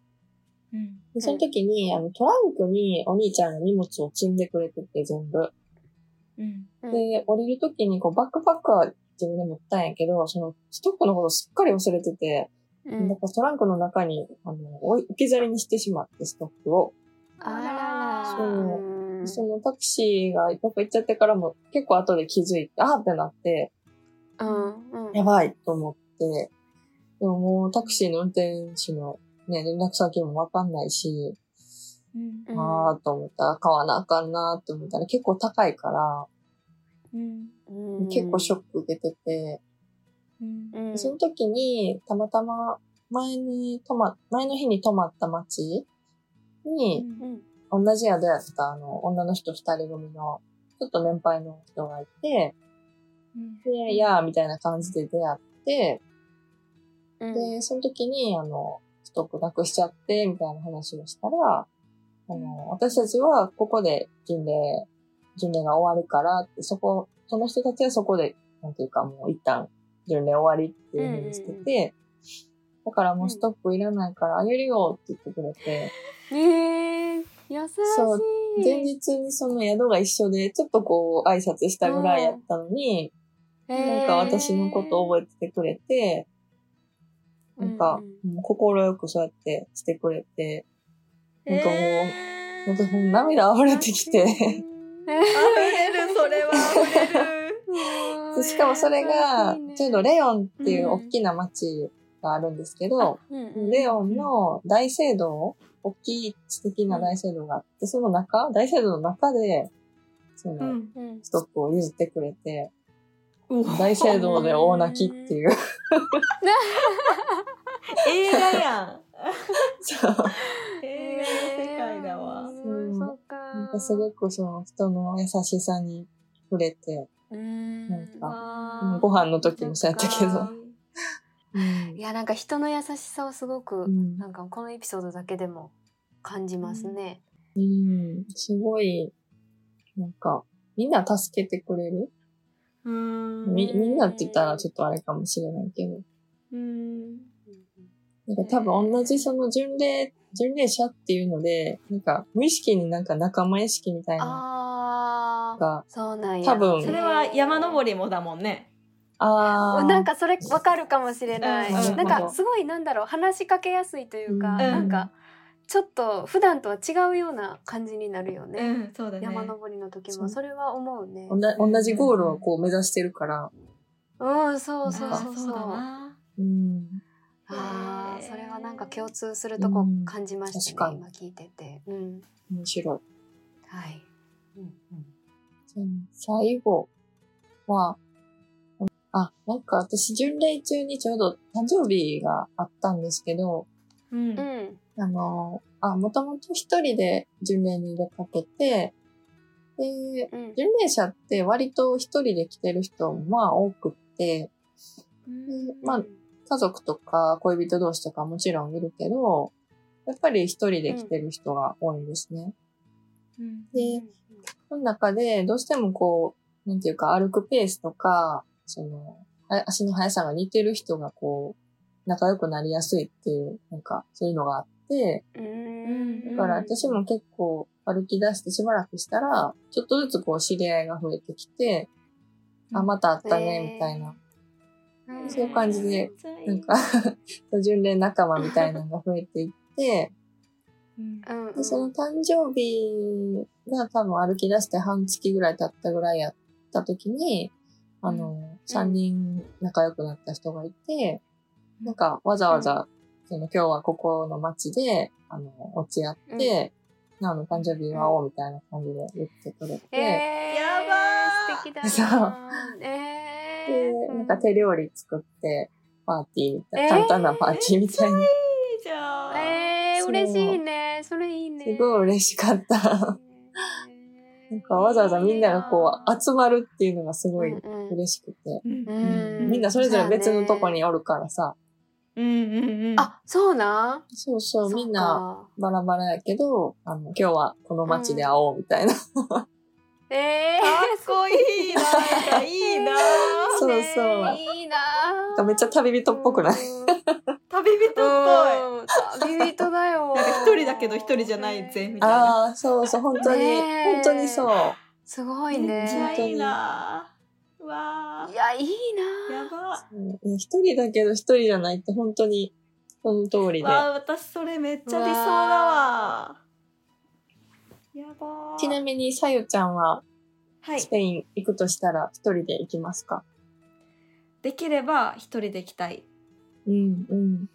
[SPEAKER 3] で、その時に、あの、トランクにお兄ちゃんが荷物を積んでくれてて、全部。
[SPEAKER 2] うん
[SPEAKER 1] うん
[SPEAKER 3] で、降りる時に、こう、バックパックは自分で持ったんやけど、その、ストックのことすっかり忘れてて、
[SPEAKER 1] うん
[SPEAKER 3] だからトランクの中に、あの、置い置き去りにしてしまって、ストックを。
[SPEAKER 1] あらら。
[SPEAKER 3] そうんそのタクシーがどっか行っちゃってからも、結構後で気づいて、あーってなって、
[SPEAKER 1] うんうん。
[SPEAKER 3] やばいと思って、でももうタクシーの運転手のね、連絡先もわかんないし、
[SPEAKER 2] うん
[SPEAKER 1] うん
[SPEAKER 3] ああと思ったら買わなあかんなと思ったら結構高いから、
[SPEAKER 2] うん
[SPEAKER 1] うん
[SPEAKER 3] 結構ショック受けてて、
[SPEAKER 2] うん
[SPEAKER 1] うん
[SPEAKER 3] その時にたまたま前に泊ま、前の日に泊まった町に、
[SPEAKER 1] うん
[SPEAKER 3] 同じ宿やったあの女の人二人組のちょっと年配の人がいて、
[SPEAKER 2] うん
[SPEAKER 3] で、いやーみたいな感じで出会って、
[SPEAKER 1] うん
[SPEAKER 3] で、その時にあの、ストックなくしちゃって、みたいな話をしたら、あの、私たちはここで巡礼、巡礼が終わるからって、そこ、その人たちはそこで、なんていうかもう一旦巡礼終わりっていうふうにしてて、だからもうストックいらないからあげるよって言ってくれて、
[SPEAKER 1] えー、優し
[SPEAKER 3] そう
[SPEAKER 1] い。
[SPEAKER 3] 前日にその宿が一緒で、ちょっとこう挨拶したぐらいやったのに、なんか私のことを
[SPEAKER 1] え
[SPEAKER 3] 覚えててくれて、
[SPEAKER 1] う
[SPEAKER 3] なん
[SPEAKER 1] ん
[SPEAKER 3] か、心よくそうやってしてくれて、なんかもう
[SPEAKER 2] えー
[SPEAKER 3] なんかもう涙溢れてきて
[SPEAKER 2] 優しい溢れるそれは溢れる
[SPEAKER 1] ー。
[SPEAKER 3] しかもそれが、ちょうどレオンっていう
[SPEAKER 1] うん
[SPEAKER 3] 大きな町があるんですけど、
[SPEAKER 1] うん、
[SPEAKER 3] レオンの大聖堂、大きい素敵な大聖堂があって、その中、大聖堂の中で、その、
[SPEAKER 2] ん
[SPEAKER 1] うん、
[SPEAKER 3] ストックを譲ってくれて、
[SPEAKER 2] うお
[SPEAKER 3] 大聖堂で大泣きっていう。
[SPEAKER 2] 映画や
[SPEAKER 3] そう。
[SPEAKER 2] ん映画の世界だわ
[SPEAKER 1] うん
[SPEAKER 3] うん
[SPEAKER 1] そうか。
[SPEAKER 3] なんかすごくその人の優しさに触れて、
[SPEAKER 1] うん
[SPEAKER 3] なんか
[SPEAKER 2] あー
[SPEAKER 3] ご飯の時もそうやったけ
[SPEAKER 1] そ
[SPEAKER 3] ど
[SPEAKER 1] っ。いや、なんか人の優しさをすごく、
[SPEAKER 3] うん
[SPEAKER 1] なんかこのエピソードだけでも感じますね。
[SPEAKER 3] うん、すごい、なんか、みんな助けてくれる
[SPEAKER 2] うーん
[SPEAKER 3] み、みんなって言ったらちょっとあれかもしれないけど。
[SPEAKER 2] うん
[SPEAKER 3] なんか多分同じその巡礼、巡礼者っていうので、なんか無意識になんか仲間意識みたいな
[SPEAKER 1] あ
[SPEAKER 3] の
[SPEAKER 1] あ、
[SPEAKER 3] が、
[SPEAKER 1] そうなんや。
[SPEAKER 3] 多分
[SPEAKER 2] それは山登
[SPEAKER 1] り。
[SPEAKER 2] りもだもんね
[SPEAKER 3] ああ、
[SPEAKER 1] なん、かそれわかるかもしれない。
[SPEAKER 2] うん
[SPEAKER 1] なん
[SPEAKER 3] う
[SPEAKER 1] か
[SPEAKER 3] ん
[SPEAKER 1] すごいなんだろう話しかけやすいというか、
[SPEAKER 3] うん
[SPEAKER 1] なんかちょっと普段とは違うような感じになるよね。
[SPEAKER 2] うんそうだね
[SPEAKER 1] 山登りの時も
[SPEAKER 3] そう
[SPEAKER 1] それは思うね。
[SPEAKER 3] おな同じゴールをこう目指してるから、
[SPEAKER 1] うん、そう
[SPEAKER 2] そ
[SPEAKER 1] そうう
[SPEAKER 2] そ
[SPEAKER 1] そうう
[SPEAKER 2] そ
[SPEAKER 1] そう
[SPEAKER 2] だ
[SPEAKER 1] う。
[SPEAKER 2] な
[SPEAKER 3] うん、
[SPEAKER 1] ああ、それはなんか共通すると
[SPEAKER 3] う
[SPEAKER 1] こ
[SPEAKER 3] ん
[SPEAKER 1] 感じまし
[SPEAKER 3] 確
[SPEAKER 1] た
[SPEAKER 3] か
[SPEAKER 1] ね。
[SPEAKER 3] に
[SPEAKER 1] 今聞いてて。うん、
[SPEAKER 3] 面白い。
[SPEAKER 1] はい。うん
[SPEAKER 3] うん最後は、あ、なんか私巡礼中にちょうど誕生日があったんですけど、
[SPEAKER 2] うん
[SPEAKER 1] うん、うん、
[SPEAKER 3] あの、あ、もともと一人で巡礼に出かけて、で、
[SPEAKER 1] うん、
[SPEAKER 3] 巡礼者って割と一人で来てる人もまあ多くって、
[SPEAKER 2] うん
[SPEAKER 3] まあ家族とか恋人同士とかもちろんいるけど、やっぱり一人で来てる人が多いんですね。
[SPEAKER 2] うん
[SPEAKER 3] で、その中でどうしてもこう、なんていうか歩くペースとか、その、あ足の速さが似てる人がこう、仲良くなりやすいっていう、なんかそういうのがあって、
[SPEAKER 1] うん、
[SPEAKER 2] だ
[SPEAKER 3] だから私も結構歩き出してしばらくしたら、ちょっとずつこう知り合いが増えてきて、あ、またあったね、みたい
[SPEAKER 1] う
[SPEAKER 3] な。
[SPEAKER 1] ん
[SPEAKER 3] そういう感じで
[SPEAKER 2] うん
[SPEAKER 3] なんか、 巡礼仲間みたいなのが増えていって、
[SPEAKER 2] うん
[SPEAKER 1] うん、う
[SPEAKER 3] で
[SPEAKER 1] ん、
[SPEAKER 3] その誕生日が多分歩き出して半月ぐらい経ったぐらいやった時に、あの、3人仲良くなった人がいて、なんかわざわざ、その今日はここの街で、あの、落ち合って、なおの誕生日祝おうみたいな感じで言ってくれて、
[SPEAKER 1] えー、
[SPEAKER 2] やばー
[SPEAKER 1] 素敵 だなー。え
[SPEAKER 3] で、
[SPEAKER 1] ー、
[SPEAKER 3] なんか手料理作って、パーティーみたい
[SPEAKER 1] えー
[SPEAKER 3] な、簡単なパーティーみたいな。
[SPEAKER 2] いいじゃん
[SPEAKER 1] えー、
[SPEAKER 3] そう
[SPEAKER 1] 嬉しいえー、それいいね。
[SPEAKER 3] すごい嬉しか った。なんかわざわざみんながこう集まるっていうのがすごい
[SPEAKER 1] うんうん
[SPEAKER 3] 嬉しくて。
[SPEAKER 2] うん
[SPEAKER 1] う
[SPEAKER 2] うん
[SPEAKER 1] ん
[SPEAKER 3] みんなそれぞれ別のとこにおるからさ。
[SPEAKER 2] うんうん。
[SPEAKER 1] あ、そうな
[SPEAKER 3] そうそう、みんな
[SPEAKER 1] な。
[SPEAKER 3] バラバラやけど、あの、今日はこの街で会おうみたいな。
[SPEAKER 1] え
[SPEAKER 2] か っこいいな。なんかいいな。
[SPEAKER 1] ー、
[SPEAKER 3] そうそう
[SPEAKER 1] ねーいいなー。
[SPEAKER 3] めっちゃ旅人っぽくない
[SPEAKER 1] うんうん
[SPEAKER 2] 旅人っぽい。なんか
[SPEAKER 1] 旅人だよ。
[SPEAKER 2] 一人だけど一人じゃないぜみたいな。
[SPEAKER 3] ああ、そうそう、本当に、
[SPEAKER 1] ねえ
[SPEAKER 3] 本当にそう。
[SPEAKER 1] すごい
[SPEAKER 2] めっちゃ
[SPEAKER 1] ね。
[SPEAKER 2] いいな。うわ
[SPEAKER 1] い
[SPEAKER 2] ー
[SPEAKER 1] や、いいな
[SPEAKER 2] やば。
[SPEAKER 3] うん一人だけど一人じゃないって本当に、その通りで。
[SPEAKER 2] わあ私それめっちゃ理想だわやばー
[SPEAKER 3] ちなみに、さゆちゃんは、
[SPEAKER 2] はい
[SPEAKER 3] スペイン行くとしたら一人で行きますか
[SPEAKER 2] できれば一人で行きたい
[SPEAKER 3] うん、うん、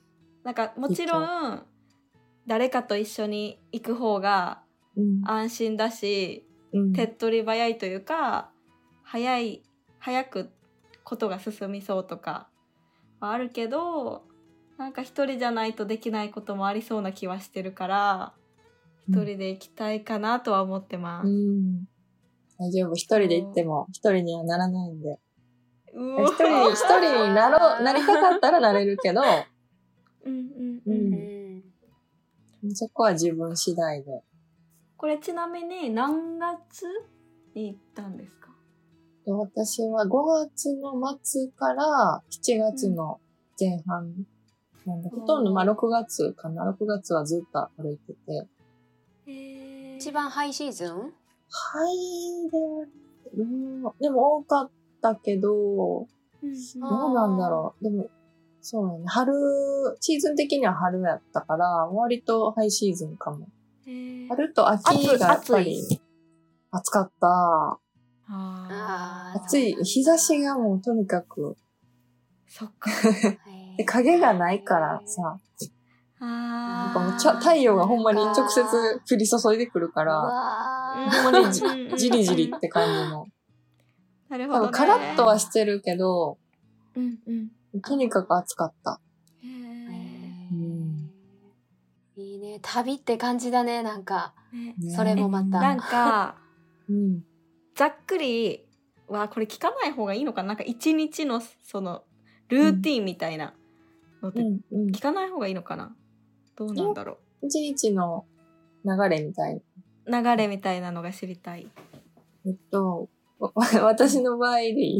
[SPEAKER 2] なんかもちろん誰かと一緒に行く方が
[SPEAKER 3] うん。
[SPEAKER 2] 安心だし
[SPEAKER 3] うん
[SPEAKER 2] 手っ取り早いというか早い早くことが進みそうとかはあるけどなんか一人じゃないとできないこともありそうな気はしてるから
[SPEAKER 3] うん
[SPEAKER 2] 一人で行きたいかなとは思ってます
[SPEAKER 3] う。ん。大丈夫。一人で行っても、一人にはならないんで。
[SPEAKER 2] うお
[SPEAKER 3] 一人に、一人になろう、なりたかったらなれるけど、
[SPEAKER 2] うんうんうん
[SPEAKER 1] ー。
[SPEAKER 3] うん
[SPEAKER 1] うん
[SPEAKER 3] そこは自分次第で。
[SPEAKER 2] これちなみに何月に行ったんですか
[SPEAKER 3] 私は5月の末から7月の前半なんで、
[SPEAKER 2] うん
[SPEAKER 3] ほとんどまあ6月かな。6月はずっと歩いてて。
[SPEAKER 1] 一番ハイシーズン
[SPEAKER 3] はい、では、うん、でも多かったけど、
[SPEAKER 1] あー
[SPEAKER 3] どうなんだろう。でも、そうだね。春、シーズン的には春やったから、割とハイシーズンかも。春と秋がやっぱり
[SPEAKER 2] 暑
[SPEAKER 3] 暑かった。
[SPEAKER 2] あ
[SPEAKER 1] あー
[SPEAKER 2] あ
[SPEAKER 3] 暑い。日差しがもうとにかく、
[SPEAKER 2] そっか
[SPEAKER 3] で影がないからさ、なん
[SPEAKER 2] あ
[SPEAKER 3] かもうちゃ
[SPEAKER 2] あ
[SPEAKER 3] 太陽がほんまに直接降り注いでくるから、
[SPEAKER 1] ら
[SPEAKER 3] ほんまにじ
[SPEAKER 2] うん
[SPEAKER 3] じりじりって 感じの。
[SPEAKER 2] なるほ
[SPEAKER 3] 多
[SPEAKER 2] ど、
[SPEAKER 3] 分
[SPEAKER 2] ね、
[SPEAKER 3] カラッとはしてるけど、
[SPEAKER 2] うんうん
[SPEAKER 3] とにかく暑かった。
[SPEAKER 2] へー
[SPEAKER 3] うん
[SPEAKER 1] いいね旅って感じだねなんか
[SPEAKER 2] ね
[SPEAKER 3] ね
[SPEAKER 1] それもまた
[SPEAKER 2] なんか
[SPEAKER 3] うん。
[SPEAKER 2] ざっくりはこれ聞かない方がいいのかななんか一日のそのルーティンみたいなのって
[SPEAKER 3] うん、うん
[SPEAKER 2] 聞。かない方がいいのかなどうなんだろう
[SPEAKER 3] 一日の流れみたいな。
[SPEAKER 2] 流れみたいなのが知りた い。
[SPEAKER 3] えっと、わ私の場合でい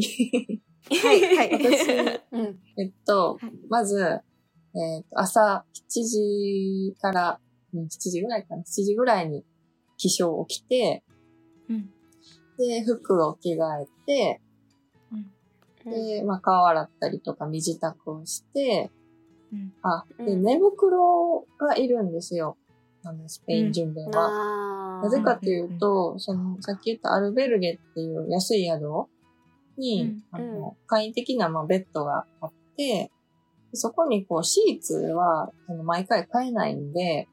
[SPEAKER 3] い
[SPEAKER 2] はいはい。
[SPEAKER 1] うん
[SPEAKER 3] えっと
[SPEAKER 2] はい、
[SPEAKER 3] まず、えっと朝7時から、うん7時ぐらいかな、7時ぐらいに起床を起きて、
[SPEAKER 2] うん
[SPEAKER 3] で、服を着替えて、で、まあ、顔洗ったりとか身支度をして、
[SPEAKER 2] うん
[SPEAKER 3] あ、で、
[SPEAKER 1] うん
[SPEAKER 3] 寝袋がいるんですよ。あの、スペイン巡礼は。
[SPEAKER 1] あ
[SPEAKER 3] なぜかというと、その、さっき言ったアルベルゲっていう安い宿に、
[SPEAKER 2] うん
[SPEAKER 3] あの、簡易的な、まあ、ベッドがあって、そこにこう、シーツは、あの、毎回買えないんで、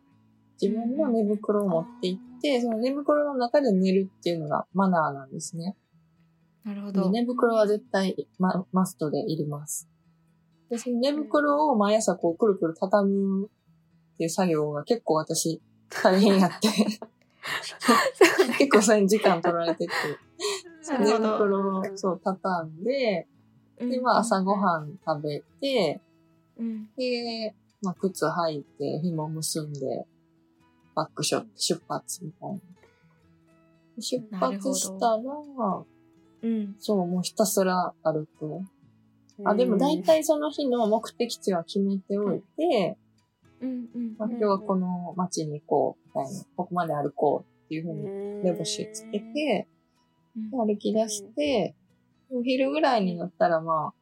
[SPEAKER 3] 自分の寝袋を持って行って、その寝袋の中で寝るっていうのがマナーなんですね。
[SPEAKER 2] なるほ
[SPEAKER 3] で
[SPEAKER 2] ど。
[SPEAKER 3] 寝袋は絶対ママストでいります。で、その寝袋を毎朝こうくるくる畳むっていう作業が結構私大変やって。結構それに時間取られてて。
[SPEAKER 2] な
[SPEAKER 3] 寝
[SPEAKER 2] るほど
[SPEAKER 3] 袋をそう畳んで、で、まあ朝ごはん食べて、
[SPEAKER 2] うん。
[SPEAKER 3] で、まあ靴履いて、紐結んで、バックショット、出発みたいな。出発したら、
[SPEAKER 2] うん。
[SPEAKER 3] そう、もうひたすら歩く。あ、でも大体その日の目的地は決めておいて、
[SPEAKER 2] うん。うん。
[SPEAKER 3] まあ、今日はこの街に行こう、みたいな、ここまで歩こうっていうふうに目星つけて、歩き出して、お昼ぐらいになったらまあ、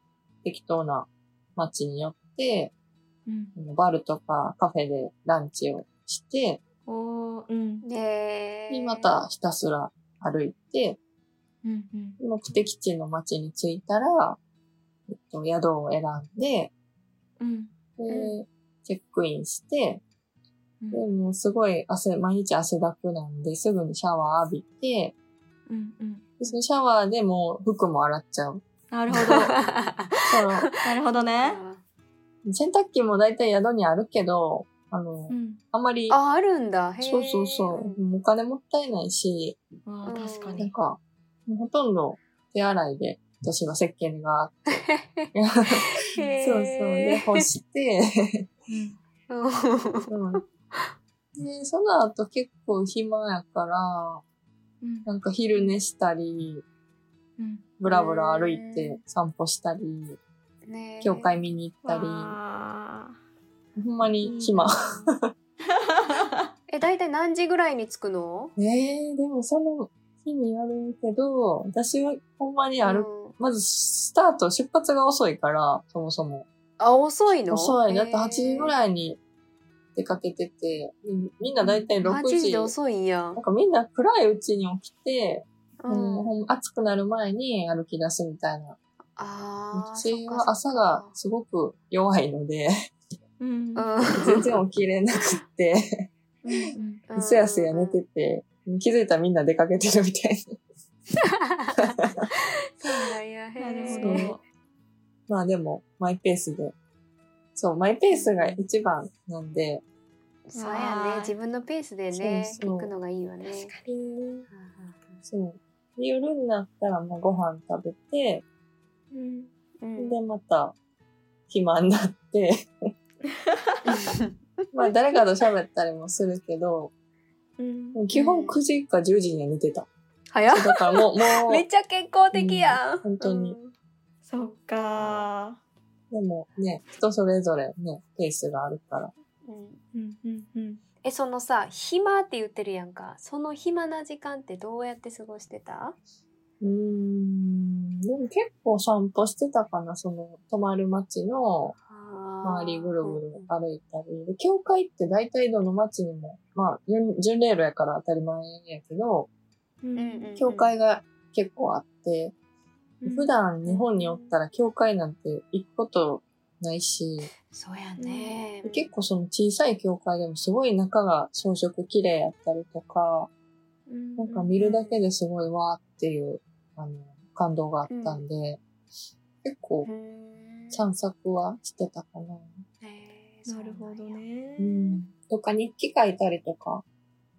[SPEAKER 3] 適当な街に寄って、
[SPEAKER 2] うん。
[SPEAKER 3] バルとかカフェでランチをして、
[SPEAKER 2] おー、うん。
[SPEAKER 1] で
[SPEAKER 3] で、またひたすら歩いて、
[SPEAKER 2] うん。うん。
[SPEAKER 3] 目的地の街に着いたら、えっと、宿を選んで、
[SPEAKER 2] うん。
[SPEAKER 3] で
[SPEAKER 1] う、
[SPEAKER 3] チェックインして、
[SPEAKER 2] うん
[SPEAKER 3] で、もうすごい汗、毎日汗だくなんで、すぐにシャワー浴びて、
[SPEAKER 2] うん。うん。
[SPEAKER 3] でそのシャワーでもう服も洗っちゃう。
[SPEAKER 2] なるほど。
[SPEAKER 3] その、
[SPEAKER 2] なるほどね。
[SPEAKER 3] 洗濯機も大体宿にあるけど、あの、
[SPEAKER 2] うん、
[SPEAKER 3] あんまり、
[SPEAKER 1] あ、あるんだ。へー
[SPEAKER 3] そうそうそう、もうお金もったいないし、
[SPEAKER 2] わあ確か
[SPEAKER 3] なん
[SPEAKER 2] に
[SPEAKER 3] か、もうほとんど手洗いで、私が石鹸が、
[SPEAKER 1] へー
[SPEAKER 3] そうそう、で、干して、
[SPEAKER 1] うん
[SPEAKER 3] うんで、その後結構暇やから、
[SPEAKER 2] うん
[SPEAKER 3] なんか昼寝したり、
[SPEAKER 2] うん
[SPEAKER 3] ブラブラ歩い
[SPEAKER 1] へー
[SPEAKER 3] て散歩したり、
[SPEAKER 1] ねえ
[SPEAKER 3] 教会見に行ったり、
[SPEAKER 2] わあ
[SPEAKER 3] ほんまに暇。
[SPEAKER 1] え、だいたい何時ぐらいに着くの
[SPEAKER 3] ねえ、でもその日によるけど、私はほんまに歩く、
[SPEAKER 1] うん
[SPEAKER 3] まずスタート、出発が遅いから、そもそも。
[SPEAKER 1] あ、遅いの
[SPEAKER 3] 遅い。だって8時ぐ
[SPEAKER 1] い。
[SPEAKER 3] らいに出かけてて、うんみんなだいたい6
[SPEAKER 1] 8時
[SPEAKER 3] 時。
[SPEAKER 1] で
[SPEAKER 3] な
[SPEAKER 1] 遅いんや
[SPEAKER 3] ん。かみんな暗いうちに起きて、
[SPEAKER 1] う
[SPEAKER 3] うん
[SPEAKER 1] ん。
[SPEAKER 3] ほん暑くなる前に歩き出すみたいな。
[SPEAKER 1] ああ。
[SPEAKER 3] う
[SPEAKER 1] そ
[SPEAKER 3] ち
[SPEAKER 1] っかそっ
[SPEAKER 3] は
[SPEAKER 1] か
[SPEAKER 3] 朝がすごく弱いの で、
[SPEAKER 2] うん
[SPEAKER 3] 全然起きれなくって、
[SPEAKER 2] うん
[SPEAKER 1] うん。
[SPEAKER 3] すやすや寝てて、気づいたらみんな出かけてるみたいな。
[SPEAKER 1] そうなんや。へ
[SPEAKER 2] なる
[SPEAKER 1] ー
[SPEAKER 2] ほど
[SPEAKER 3] まあでも、マイペースで。そう、マイペースが一番なんで。
[SPEAKER 1] そうや
[SPEAKER 2] は
[SPEAKER 1] ね
[SPEAKER 2] い。
[SPEAKER 1] 自分のペースでね、
[SPEAKER 3] そうそ
[SPEAKER 1] 行
[SPEAKER 3] う
[SPEAKER 1] くのがいいわね。
[SPEAKER 3] そう。で夜になったらもうご飯食べて、
[SPEAKER 2] うん
[SPEAKER 1] うん
[SPEAKER 3] で、また、暇になって、まあ誰かと喋ったりもするけど、
[SPEAKER 2] うん
[SPEAKER 3] もう基本9時か10時には寝てた。
[SPEAKER 1] 早っ。
[SPEAKER 3] だからもう、も う、
[SPEAKER 1] めっちゃ健康的やん。
[SPEAKER 3] うん本当に
[SPEAKER 1] うん。
[SPEAKER 2] そっか
[SPEAKER 3] でもね、人それぞれね、ペースがあるから。
[SPEAKER 1] うん
[SPEAKER 2] ーうんうんうん
[SPEAKER 1] え、そのさ、暇って言ってるやんか。その暇な時間ってどうやって過ごしてた
[SPEAKER 3] うーん、でも結構散歩してたかな、その、泊まる街の周
[SPEAKER 1] 周
[SPEAKER 3] りぐるぐる歩いたり。で、教会って大体どの街にも、まあ、巡巡礼路やから当たり前やけど、
[SPEAKER 2] う
[SPEAKER 1] うん
[SPEAKER 2] ん
[SPEAKER 1] うんうん
[SPEAKER 3] 教会が結構あって、
[SPEAKER 2] うん
[SPEAKER 3] 普段日本におったら教会なんて行くことないし、
[SPEAKER 1] そうやね。
[SPEAKER 3] 結構その小さい教会でもすごい中が装飾綺麗やったりとか、なんか見るだけですごいわーっていう、あの、感動があったんで、結構
[SPEAKER 1] うん
[SPEAKER 3] 散策はしてたかな。
[SPEAKER 1] へー
[SPEAKER 2] なるほど
[SPEAKER 1] そうなんや
[SPEAKER 2] ね
[SPEAKER 3] うん。とか日記書いたりとか、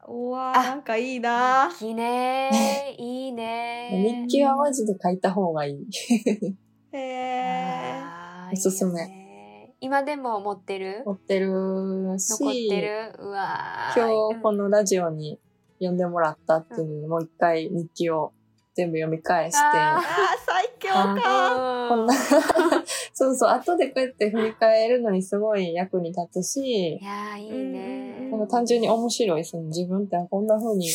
[SPEAKER 2] うわ
[SPEAKER 1] あ
[SPEAKER 2] ーなんかいいな
[SPEAKER 1] 日記ねー。いいねー。
[SPEAKER 3] 日記はマジで書いた方がいい。
[SPEAKER 2] へえ
[SPEAKER 1] あー
[SPEAKER 3] おすすめ
[SPEAKER 1] いいよね今でも持ってる
[SPEAKER 3] 持ってるし、
[SPEAKER 1] 残ってるうわー
[SPEAKER 3] 今日このラジオに呼んでもらったっていうのに、もう一回日記を全部読み返して、
[SPEAKER 1] あ
[SPEAKER 2] あー最強か
[SPEAKER 1] うん
[SPEAKER 3] こんな、そうそう、後でこうやって振り返るのにすごい役に立つし
[SPEAKER 1] い、やーいいね
[SPEAKER 2] うん
[SPEAKER 3] でも単純に面白い、その自分ってこんな風に、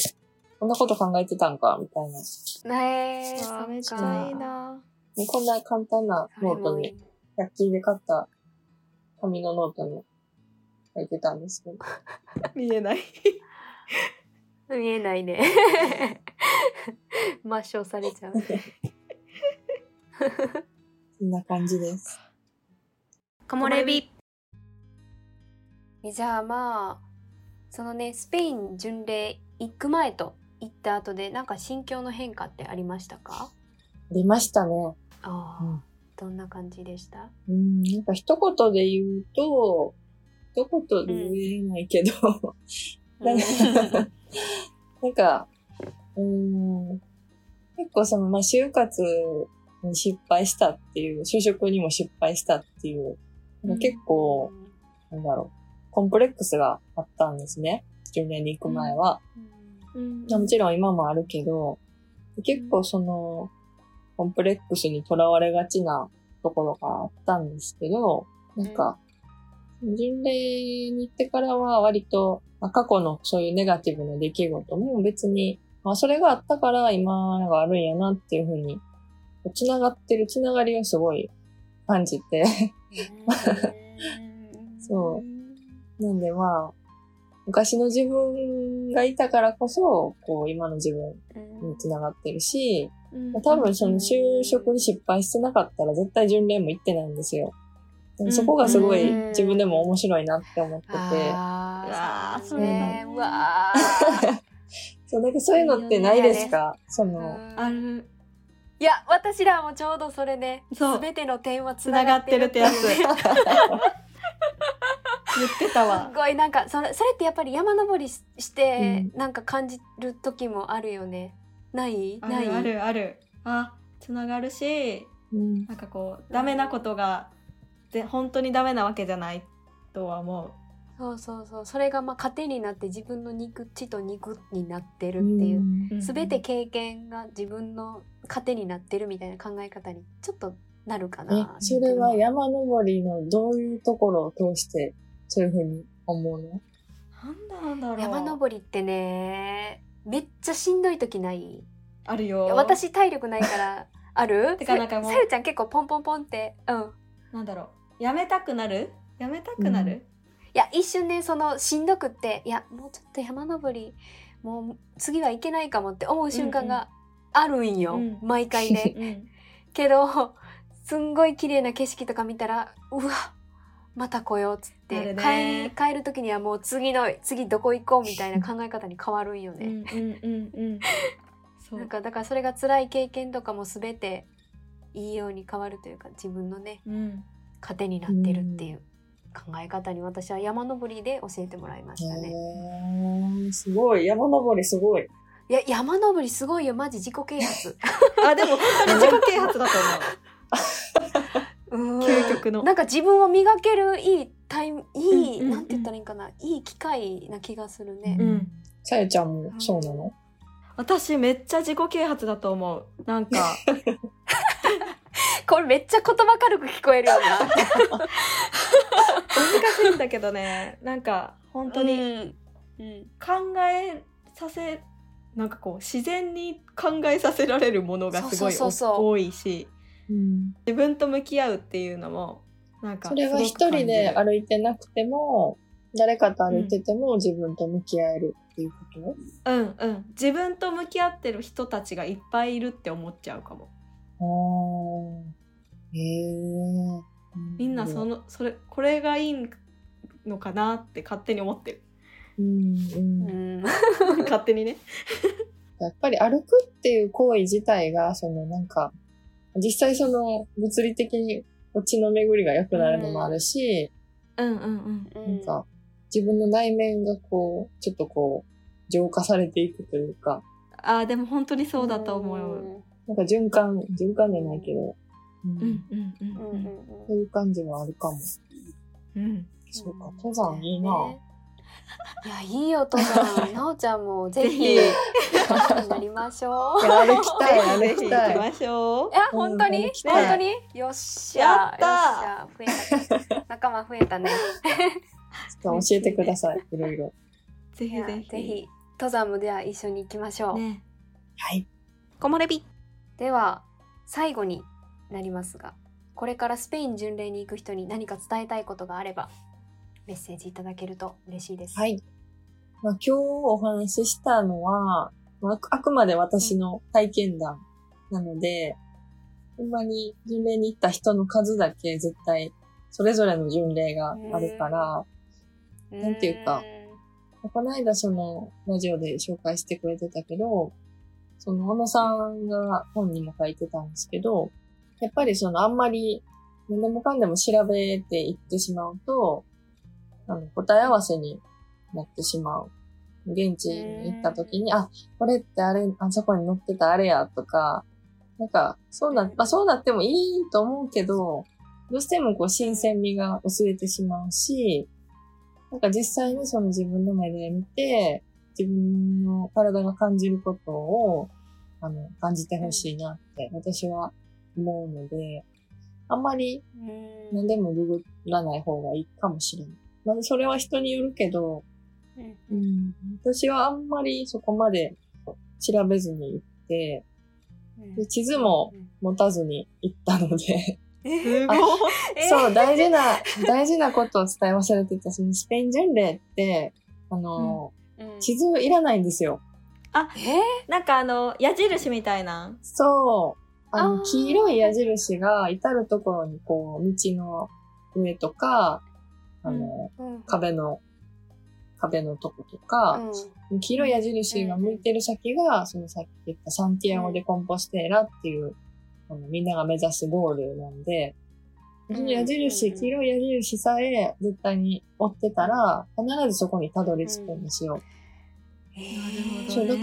[SPEAKER 3] こんなこと考えてたんか、みたいな。
[SPEAKER 1] ねえ
[SPEAKER 2] うわーめっち
[SPEAKER 1] そっ
[SPEAKER 2] ゃ
[SPEAKER 1] か
[SPEAKER 2] いいな
[SPEAKER 3] ねこんな簡単な
[SPEAKER 1] それ
[SPEAKER 3] ノート
[SPEAKER 1] もい
[SPEAKER 3] に
[SPEAKER 1] い、
[SPEAKER 3] 100均で買った紙のノートに書いてたんですけど。
[SPEAKER 2] 見えない
[SPEAKER 1] 見えない ね抹消されちゃう
[SPEAKER 3] そんな感じです。
[SPEAKER 2] 木漏れ日
[SPEAKER 1] えじゃあまあそのねスペイン巡礼行く前と行った後でなんか心境の変化ってありましたか
[SPEAKER 3] ありましたね。
[SPEAKER 1] あー、
[SPEAKER 3] うん
[SPEAKER 1] どんな感じでした
[SPEAKER 3] うん、なんか一言で言うと、一言で言えないけど、なんかなんか、うーん、結構その、まあ、就活に失敗したっていう、就職にも失敗したっていう、
[SPEAKER 2] うん
[SPEAKER 3] 結構、なんだろう、コンプレックスがあったんですね。10年に行く前は。
[SPEAKER 1] うん
[SPEAKER 2] うん
[SPEAKER 3] もちろん今もあるけど、結構その、コンプレックスにとらわれがちなところがあったんですけど、なんか、巡礼に行ってからは割と、まあ過去のそういうネガティブな出来事も別に、まあそれがあったから今があるんやなっていうふうに、繋がってる繋がりをすごい感じて、そうなんでまあ、昔の自分がいたからこそ、こう今の自分に繋がってるし、
[SPEAKER 2] ん
[SPEAKER 3] 多分その就職に失敗してなかったら絶対巡礼も行ってないんですよ。でもそこがすごい
[SPEAKER 1] うん
[SPEAKER 3] 自分でも面白いなって思ってて、
[SPEAKER 1] あー
[SPEAKER 2] うわー
[SPEAKER 1] そ
[SPEAKER 2] そ
[SPEAKER 1] うね
[SPEAKER 2] うだね
[SPEAKER 1] うわー
[SPEAKER 3] そうなんかそういうのってないですかその、
[SPEAKER 2] ある
[SPEAKER 1] いや私らもちょうどそれね
[SPEAKER 2] そう
[SPEAKER 1] 全ての点はつ
[SPEAKER 2] つ
[SPEAKER 1] な
[SPEAKER 2] なが
[SPEAKER 1] がっ
[SPEAKER 2] って
[SPEAKER 1] て
[SPEAKER 2] るっ
[SPEAKER 1] る
[SPEAKER 2] てやつ言ってた
[SPEAKER 1] す
[SPEAKER 2] わ
[SPEAKER 1] っ。ごいなんかそれそれってやっぱり山登りしして、
[SPEAKER 3] う
[SPEAKER 1] なんか感じる時もあるよねない
[SPEAKER 2] あ
[SPEAKER 1] ない
[SPEAKER 2] るあるある。あ、つながるし、
[SPEAKER 3] うん
[SPEAKER 2] なんかこう、ダメなことが、で、本当にダメなわけじゃないとは思う。
[SPEAKER 1] そうそうそうそれがまあ糧になって自分の肉血と肉になってるっていう、
[SPEAKER 2] うん
[SPEAKER 1] 全て経験が自分の糧になってるみたいな考え方にちょっとなるか
[SPEAKER 3] え
[SPEAKER 1] な、
[SPEAKER 3] それは山登りのどういうところを通してそういうふうに思うの
[SPEAKER 2] なんだろう。
[SPEAKER 1] 山登りってねめっちゃしんどい時ない
[SPEAKER 2] あるよ。
[SPEAKER 1] いや私体力ないからある
[SPEAKER 2] てかなんかもう
[SPEAKER 1] さゆちゃん結構ポンポンポンってうん
[SPEAKER 2] なんだろう。やめたくなるやめたくなる、
[SPEAKER 1] いや一瞬ねそのしんどくっていやもうちょっと山登りもう次はいけないかもって思う瞬間があるんよ、
[SPEAKER 2] うん
[SPEAKER 1] 毎回 ね
[SPEAKER 2] うん
[SPEAKER 1] けどすんごい綺麗な景色とか見たらうわまた来ようっつっ
[SPEAKER 2] な
[SPEAKER 1] て、
[SPEAKER 2] るね
[SPEAKER 1] 帰帰る時にはもう次の次どこ行こうみたいな考え方に変わるんよ
[SPEAKER 2] う
[SPEAKER 1] ね。
[SPEAKER 2] んうんうんうん。そう
[SPEAKER 1] なんかだからそれが辛い経験とかも全ていいように変わるというか自分のね
[SPEAKER 2] うん。
[SPEAKER 1] 糧になってるっていう考え方に私は山登りで教えてもらいましたね。
[SPEAKER 3] へえすごい。山登りすごい。
[SPEAKER 1] いや山登りすごいよマジ自己啓発。
[SPEAKER 2] あ、でも本当に自己啓発だと
[SPEAKER 1] うん
[SPEAKER 2] 思う。究極の。
[SPEAKER 1] なんか自分を磨けるいいタイムいい、
[SPEAKER 2] うんうんうん
[SPEAKER 1] なんて言ったらいいんかないい機会な気がするね。
[SPEAKER 2] うん。
[SPEAKER 3] さゆちゃんもそうなの
[SPEAKER 2] 私めっちゃ自己啓発だと思う。なんか、
[SPEAKER 1] これめっちゃ言葉軽く聞こえるよな。
[SPEAKER 2] 難しいんだけどね。なんか、本当に
[SPEAKER 1] うん
[SPEAKER 2] 考えさせ、なんかこう、自然に考えさせられるものがすごい
[SPEAKER 1] そうそうそうそう
[SPEAKER 2] 多いし、
[SPEAKER 3] うん。
[SPEAKER 2] 自分と向き合うっていうのも、なんか
[SPEAKER 3] それは
[SPEAKER 2] すごく
[SPEAKER 3] 一
[SPEAKER 2] 感じ
[SPEAKER 3] 人
[SPEAKER 2] る
[SPEAKER 3] で歩いてなくても、誰かと歩いてても自分と向き合えるっていうこ
[SPEAKER 2] うんうん自分と向き合ってる人たちがいっぱいいるって思っちゃうかも
[SPEAKER 3] とあー。へえ。
[SPEAKER 2] みんなそのそれこれがいいのかなって勝手に思ってる
[SPEAKER 3] うんうん
[SPEAKER 1] うん
[SPEAKER 2] 勝手にね
[SPEAKER 3] やっぱり歩くっていう行為自体が、そのなんか、実際その物理的に血の巡りが良くなるのもあるし、
[SPEAKER 2] うんうん
[SPEAKER 3] なんか自分の内面がこう、ちょっとこう、浄化されていくというか、
[SPEAKER 2] あーでも本当にそうだと思う。
[SPEAKER 3] なんか循環、循環じゃないけど、うん
[SPEAKER 2] うんうんう
[SPEAKER 1] うん
[SPEAKER 2] ん
[SPEAKER 1] う
[SPEAKER 2] うんん
[SPEAKER 3] そういう感じはあるかも。
[SPEAKER 2] うん
[SPEAKER 3] そうか、登山いいな、
[SPEAKER 1] ねいやいいよ登 山。なおちゃんもぜ
[SPEAKER 2] ぜ
[SPEAKER 1] ひ
[SPEAKER 2] ひ
[SPEAKER 1] なりましょう。
[SPEAKER 3] いや歩き たい、
[SPEAKER 2] ぜ
[SPEAKER 3] 歩
[SPEAKER 2] ひ
[SPEAKER 3] き
[SPEAKER 2] 行
[SPEAKER 3] た
[SPEAKER 2] き
[SPEAKER 3] い。
[SPEAKER 2] ましょう
[SPEAKER 1] いや本当に、
[SPEAKER 3] うん行き
[SPEAKER 1] 本
[SPEAKER 3] た
[SPEAKER 1] 当
[SPEAKER 3] い
[SPEAKER 1] によっし
[SPEAKER 2] や
[SPEAKER 1] ゃ
[SPEAKER 2] った
[SPEAKER 1] よっしゃ増えた仲間増えたね。
[SPEAKER 3] ちょっと教えてください、いろいろ。
[SPEAKER 2] ぜ
[SPEAKER 1] いやぜひ登山もでは一緒に行きましょう。
[SPEAKER 2] ね
[SPEAKER 3] はい。
[SPEAKER 2] こもれび
[SPEAKER 1] では最後になりますがこれからスペイン巡礼に行く人に何か伝えたいことがあればメッセージいただけると嬉しいです。、
[SPEAKER 3] はいい。まあ、今日お話ししたのは、まあ、あくあくまで私の体験談なので、ほんまに巡礼に行った人の数だけ絶対、それぞれの巡礼があるから、なんていうかこの間そのラジオで紹介してくれてたけど、その小野さんが本にも書いてたんですけど、やっぱりそのあんまり何でもかんでも調べていってしまうと、あの答え合わせになってしまう。現地に行った時に、あ、これってあれ、あそこに載ってたあれやとか、なんか、そうな、まあそうなってもいいと思うけど、どうしてもこう新鮮味が薄れてしまうし、なんか実際にその自分の目で見て、自分の体が感じることを、あの、感じてほしいなって私は思うので、あんまり
[SPEAKER 1] うん
[SPEAKER 3] 何でもググらない方がいいかもしれない。まあ、それは人によるけど、
[SPEAKER 1] うん
[SPEAKER 3] うん、私はあんまりそこまで調べずに行って、で地図も
[SPEAKER 1] うん
[SPEAKER 3] 持たずに行ったので、
[SPEAKER 2] すごい
[SPEAKER 1] え
[SPEAKER 3] そう、大事な、大事なことを伝え忘れてた、そのスペイン巡礼って、あの、
[SPEAKER 1] うん
[SPEAKER 3] 地図いらないんですよ。
[SPEAKER 1] え
[SPEAKER 2] なんかあの矢印みたいな
[SPEAKER 3] そう。あ
[SPEAKER 1] あー
[SPEAKER 3] の、黄色い矢印が至るところにこう、道の上とか、あの、
[SPEAKER 1] うん
[SPEAKER 3] 壁の、壁のとことか、黄色い矢印が向いてる先が、そのさっき言ったサンティアゴ・でコンポステーラっていう、あのみんなが目指すゴールなんで、
[SPEAKER 1] うん
[SPEAKER 3] その矢印、黄色い矢印さえ絶対に追ってたら、必ずそこにたどり着くんですよ。
[SPEAKER 2] うん
[SPEAKER 3] そう、
[SPEAKER 2] なるほど
[SPEAKER 3] だ
[SPEAKER 2] ね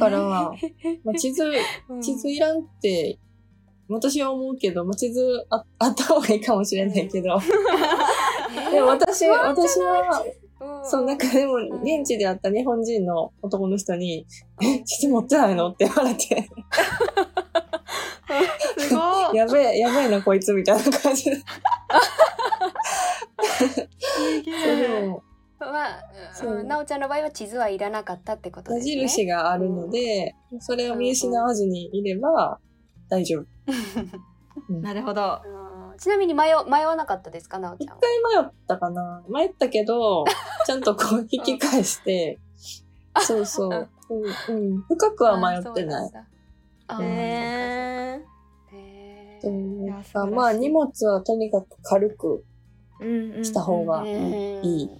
[SPEAKER 3] から、まあ、地図、地図いらんって、私は思うけど、まあ、地図ああった方がいいかもしれないけ ど。でも私、私は、そう、なんかでも、現地で会った日本人の男の人に、え、地図持ってないのって言われて、
[SPEAKER 2] すごい
[SPEAKER 3] やべえ、やべえな、こいつ、みたいな感じで。
[SPEAKER 2] すげ
[SPEAKER 3] そうで
[SPEAKER 2] え
[SPEAKER 3] も
[SPEAKER 1] まあ、
[SPEAKER 3] そう
[SPEAKER 1] うんなおちゃんの場合は地図はいらなかったってこと
[SPEAKER 3] 矢
[SPEAKER 1] ですね。
[SPEAKER 3] 印があるので、それを見失わずにいれば大丈夫。
[SPEAKER 2] なるほど
[SPEAKER 1] うんちなみに迷わ迷わなかったですか、なおち
[SPEAKER 3] 一
[SPEAKER 1] ゃんは。
[SPEAKER 3] 回迷ったかな迷ったけど、ちゃんとこう引き返して、そうそう。うん、うん。深くは迷ってない
[SPEAKER 1] あ。。そううんなんだ
[SPEAKER 2] え
[SPEAKER 1] あーへ
[SPEAKER 3] と
[SPEAKER 1] ー
[SPEAKER 3] いう
[SPEAKER 2] いや素
[SPEAKER 3] か
[SPEAKER 2] 晴らしい
[SPEAKER 3] まあ荷物はとにかく軽く。
[SPEAKER 2] ー
[SPEAKER 3] した方が
[SPEAKER 1] うん
[SPEAKER 3] いい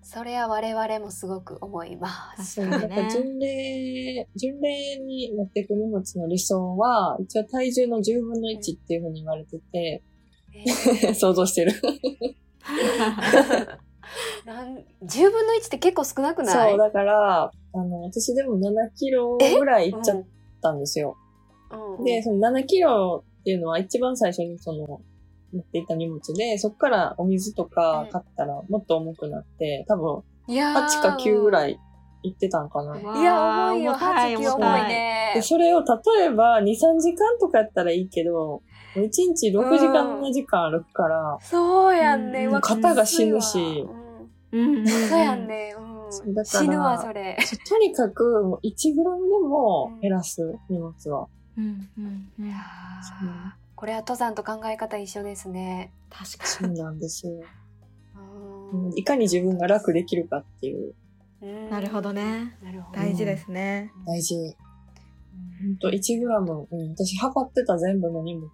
[SPEAKER 1] それは我々もすごく思います。
[SPEAKER 3] そう
[SPEAKER 2] 確
[SPEAKER 3] な
[SPEAKER 2] かにね
[SPEAKER 3] んか巡礼、巡礼に持っていく荷物の理想は、一応体重の10分の1っていうふうに言われてて、 想像してる。
[SPEAKER 1] なん10分の1って結構少なくない
[SPEAKER 3] そう、だから、あの、私でも7キロぐらい行っちゃったんですよ。
[SPEAKER 1] うん
[SPEAKER 3] で、その7キロっていうのは一番最初にその、持っていた荷物で、そこからお水とか買ったらもっと重くなって、多分
[SPEAKER 1] いやー
[SPEAKER 3] 8か9ぐらい行ってたんか な。
[SPEAKER 1] いや、重いよ。
[SPEAKER 2] わー
[SPEAKER 1] 8、9
[SPEAKER 3] 重
[SPEAKER 1] 重
[SPEAKER 3] た
[SPEAKER 1] いね
[SPEAKER 3] で、。それを例えば2、3時間とかやったらいいけど、1日6時間、
[SPEAKER 1] うん
[SPEAKER 3] 7時間歩 くから、
[SPEAKER 1] そうやんね。
[SPEAKER 2] うん
[SPEAKER 1] うわ
[SPEAKER 3] 肩が死ぬし
[SPEAKER 1] うん
[SPEAKER 2] うん
[SPEAKER 1] そうやんね。うん
[SPEAKER 3] そうだから
[SPEAKER 1] 死ぬわ、それ。
[SPEAKER 3] とにかくもう1グラムでも減らす、荷物は。
[SPEAKER 2] うんうんうん
[SPEAKER 1] いやーこれは登山と考え方一緒ですね。
[SPEAKER 2] 確
[SPEAKER 3] そ
[SPEAKER 2] か
[SPEAKER 3] う
[SPEAKER 2] に
[SPEAKER 3] なんですよ。
[SPEAKER 1] う
[SPEAKER 3] うんんいかに自分が楽できるかっていう、
[SPEAKER 1] うん
[SPEAKER 2] なるほどね
[SPEAKER 1] なるほど
[SPEAKER 2] 大事ですね
[SPEAKER 3] 大事。ほんと、1グラム、うん、私測ってた全部の荷物、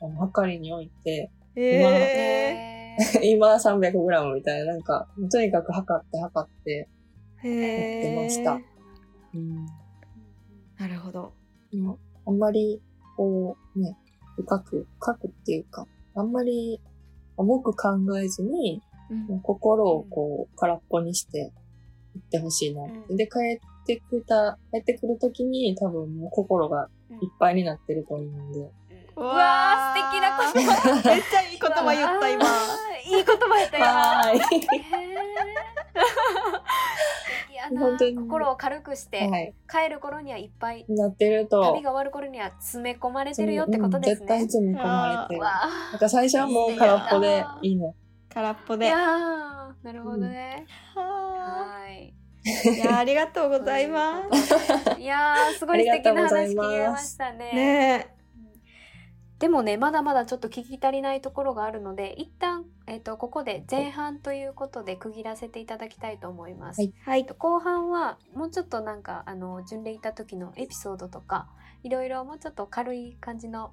[SPEAKER 3] あの、測りに置いて、
[SPEAKER 2] え
[SPEAKER 1] へ
[SPEAKER 3] 今300グラムみたいな、なんか、とにかく測って測って、
[SPEAKER 2] ーへ
[SPEAKER 3] やってました
[SPEAKER 2] ー
[SPEAKER 3] うん。
[SPEAKER 2] なるほど
[SPEAKER 3] でもあんまり、こう、ね、深く、深くっていうか、あんまり重く考えずに、
[SPEAKER 2] うん
[SPEAKER 3] もう心をこう、空っぽにして、行ってほしいなって。
[SPEAKER 1] うん
[SPEAKER 3] で、帰ってきた、帰ってくるときに多分もう心がいっぱいになってると思うんで。
[SPEAKER 1] うわー、素敵な言葉。
[SPEAKER 2] 葉めっちゃい い言葉言った今
[SPEAKER 1] あー。いい言葉言ったよ。
[SPEAKER 3] は
[SPEAKER 1] へーいやな
[SPEAKER 3] 本当に
[SPEAKER 1] 心を軽くし
[SPEAKER 3] ーい。は
[SPEAKER 1] て
[SPEAKER 3] い。
[SPEAKER 1] 帰る頃にはいっぱい
[SPEAKER 3] なってると。
[SPEAKER 1] 旅が終わる頃には詰め込まれてるよってことです
[SPEAKER 3] うん絶対
[SPEAKER 1] ね。
[SPEAKER 3] 詰め込まれてる。な
[SPEAKER 1] わ
[SPEAKER 3] んか最初はもう空っぽでいいね。
[SPEAKER 2] 空っぽ
[SPEAKER 1] ーい
[SPEAKER 2] で
[SPEAKER 1] やーなるほどね。
[SPEAKER 2] は
[SPEAKER 1] はーい。。
[SPEAKER 2] ーいやーありがとうございます
[SPEAKER 1] いやーすごい素敵な話聞けましたね
[SPEAKER 2] す。ね
[SPEAKER 1] でもねまだまだちょっと聞き足りないところがあるので一旦、えっとここで前半ということで区切らせていただきたいと思います。
[SPEAKER 3] は
[SPEAKER 1] え
[SPEAKER 3] い
[SPEAKER 1] っ
[SPEAKER 2] はい
[SPEAKER 1] と後半はもうちょっとなんかあの巡礼行った時のエピソードとかいろいろもうちょっと軽い感じの、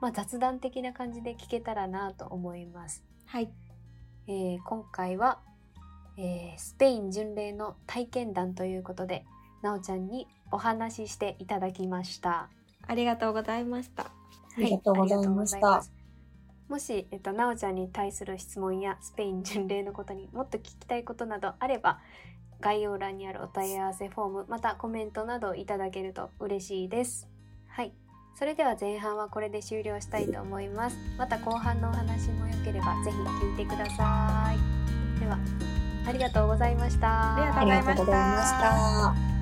[SPEAKER 1] まあ、雑談的な感じで聞けたらなと思います。
[SPEAKER 2] はい
[SPEAKER 1] えー今回は、えースペイン巡礼の体験談ということでなおちゃんにお話ししていただきました。
[SPEAKER 2] ありがとうございました
[SPEAKER 3] ありがとうございまし
[SPEAKER 1] ありがとうございま
[SPEAKER 3] た。
[SPEAKER 1] すもし、えっと、なおちゃんに対する質問やスペイン巡礼のことにもっと聞きたいことなどあれば概要欄にあるお問い合わせフォームまたコメントなどいただけると嬉しいです。はいそれでは前半はこれで終了したいと思います。また後半のお話もよければぜひ聞いてください。ではありがとうございました。
[SPEAKER 2] ありがとうございました
[SPEAKER 3] ありがとうございました。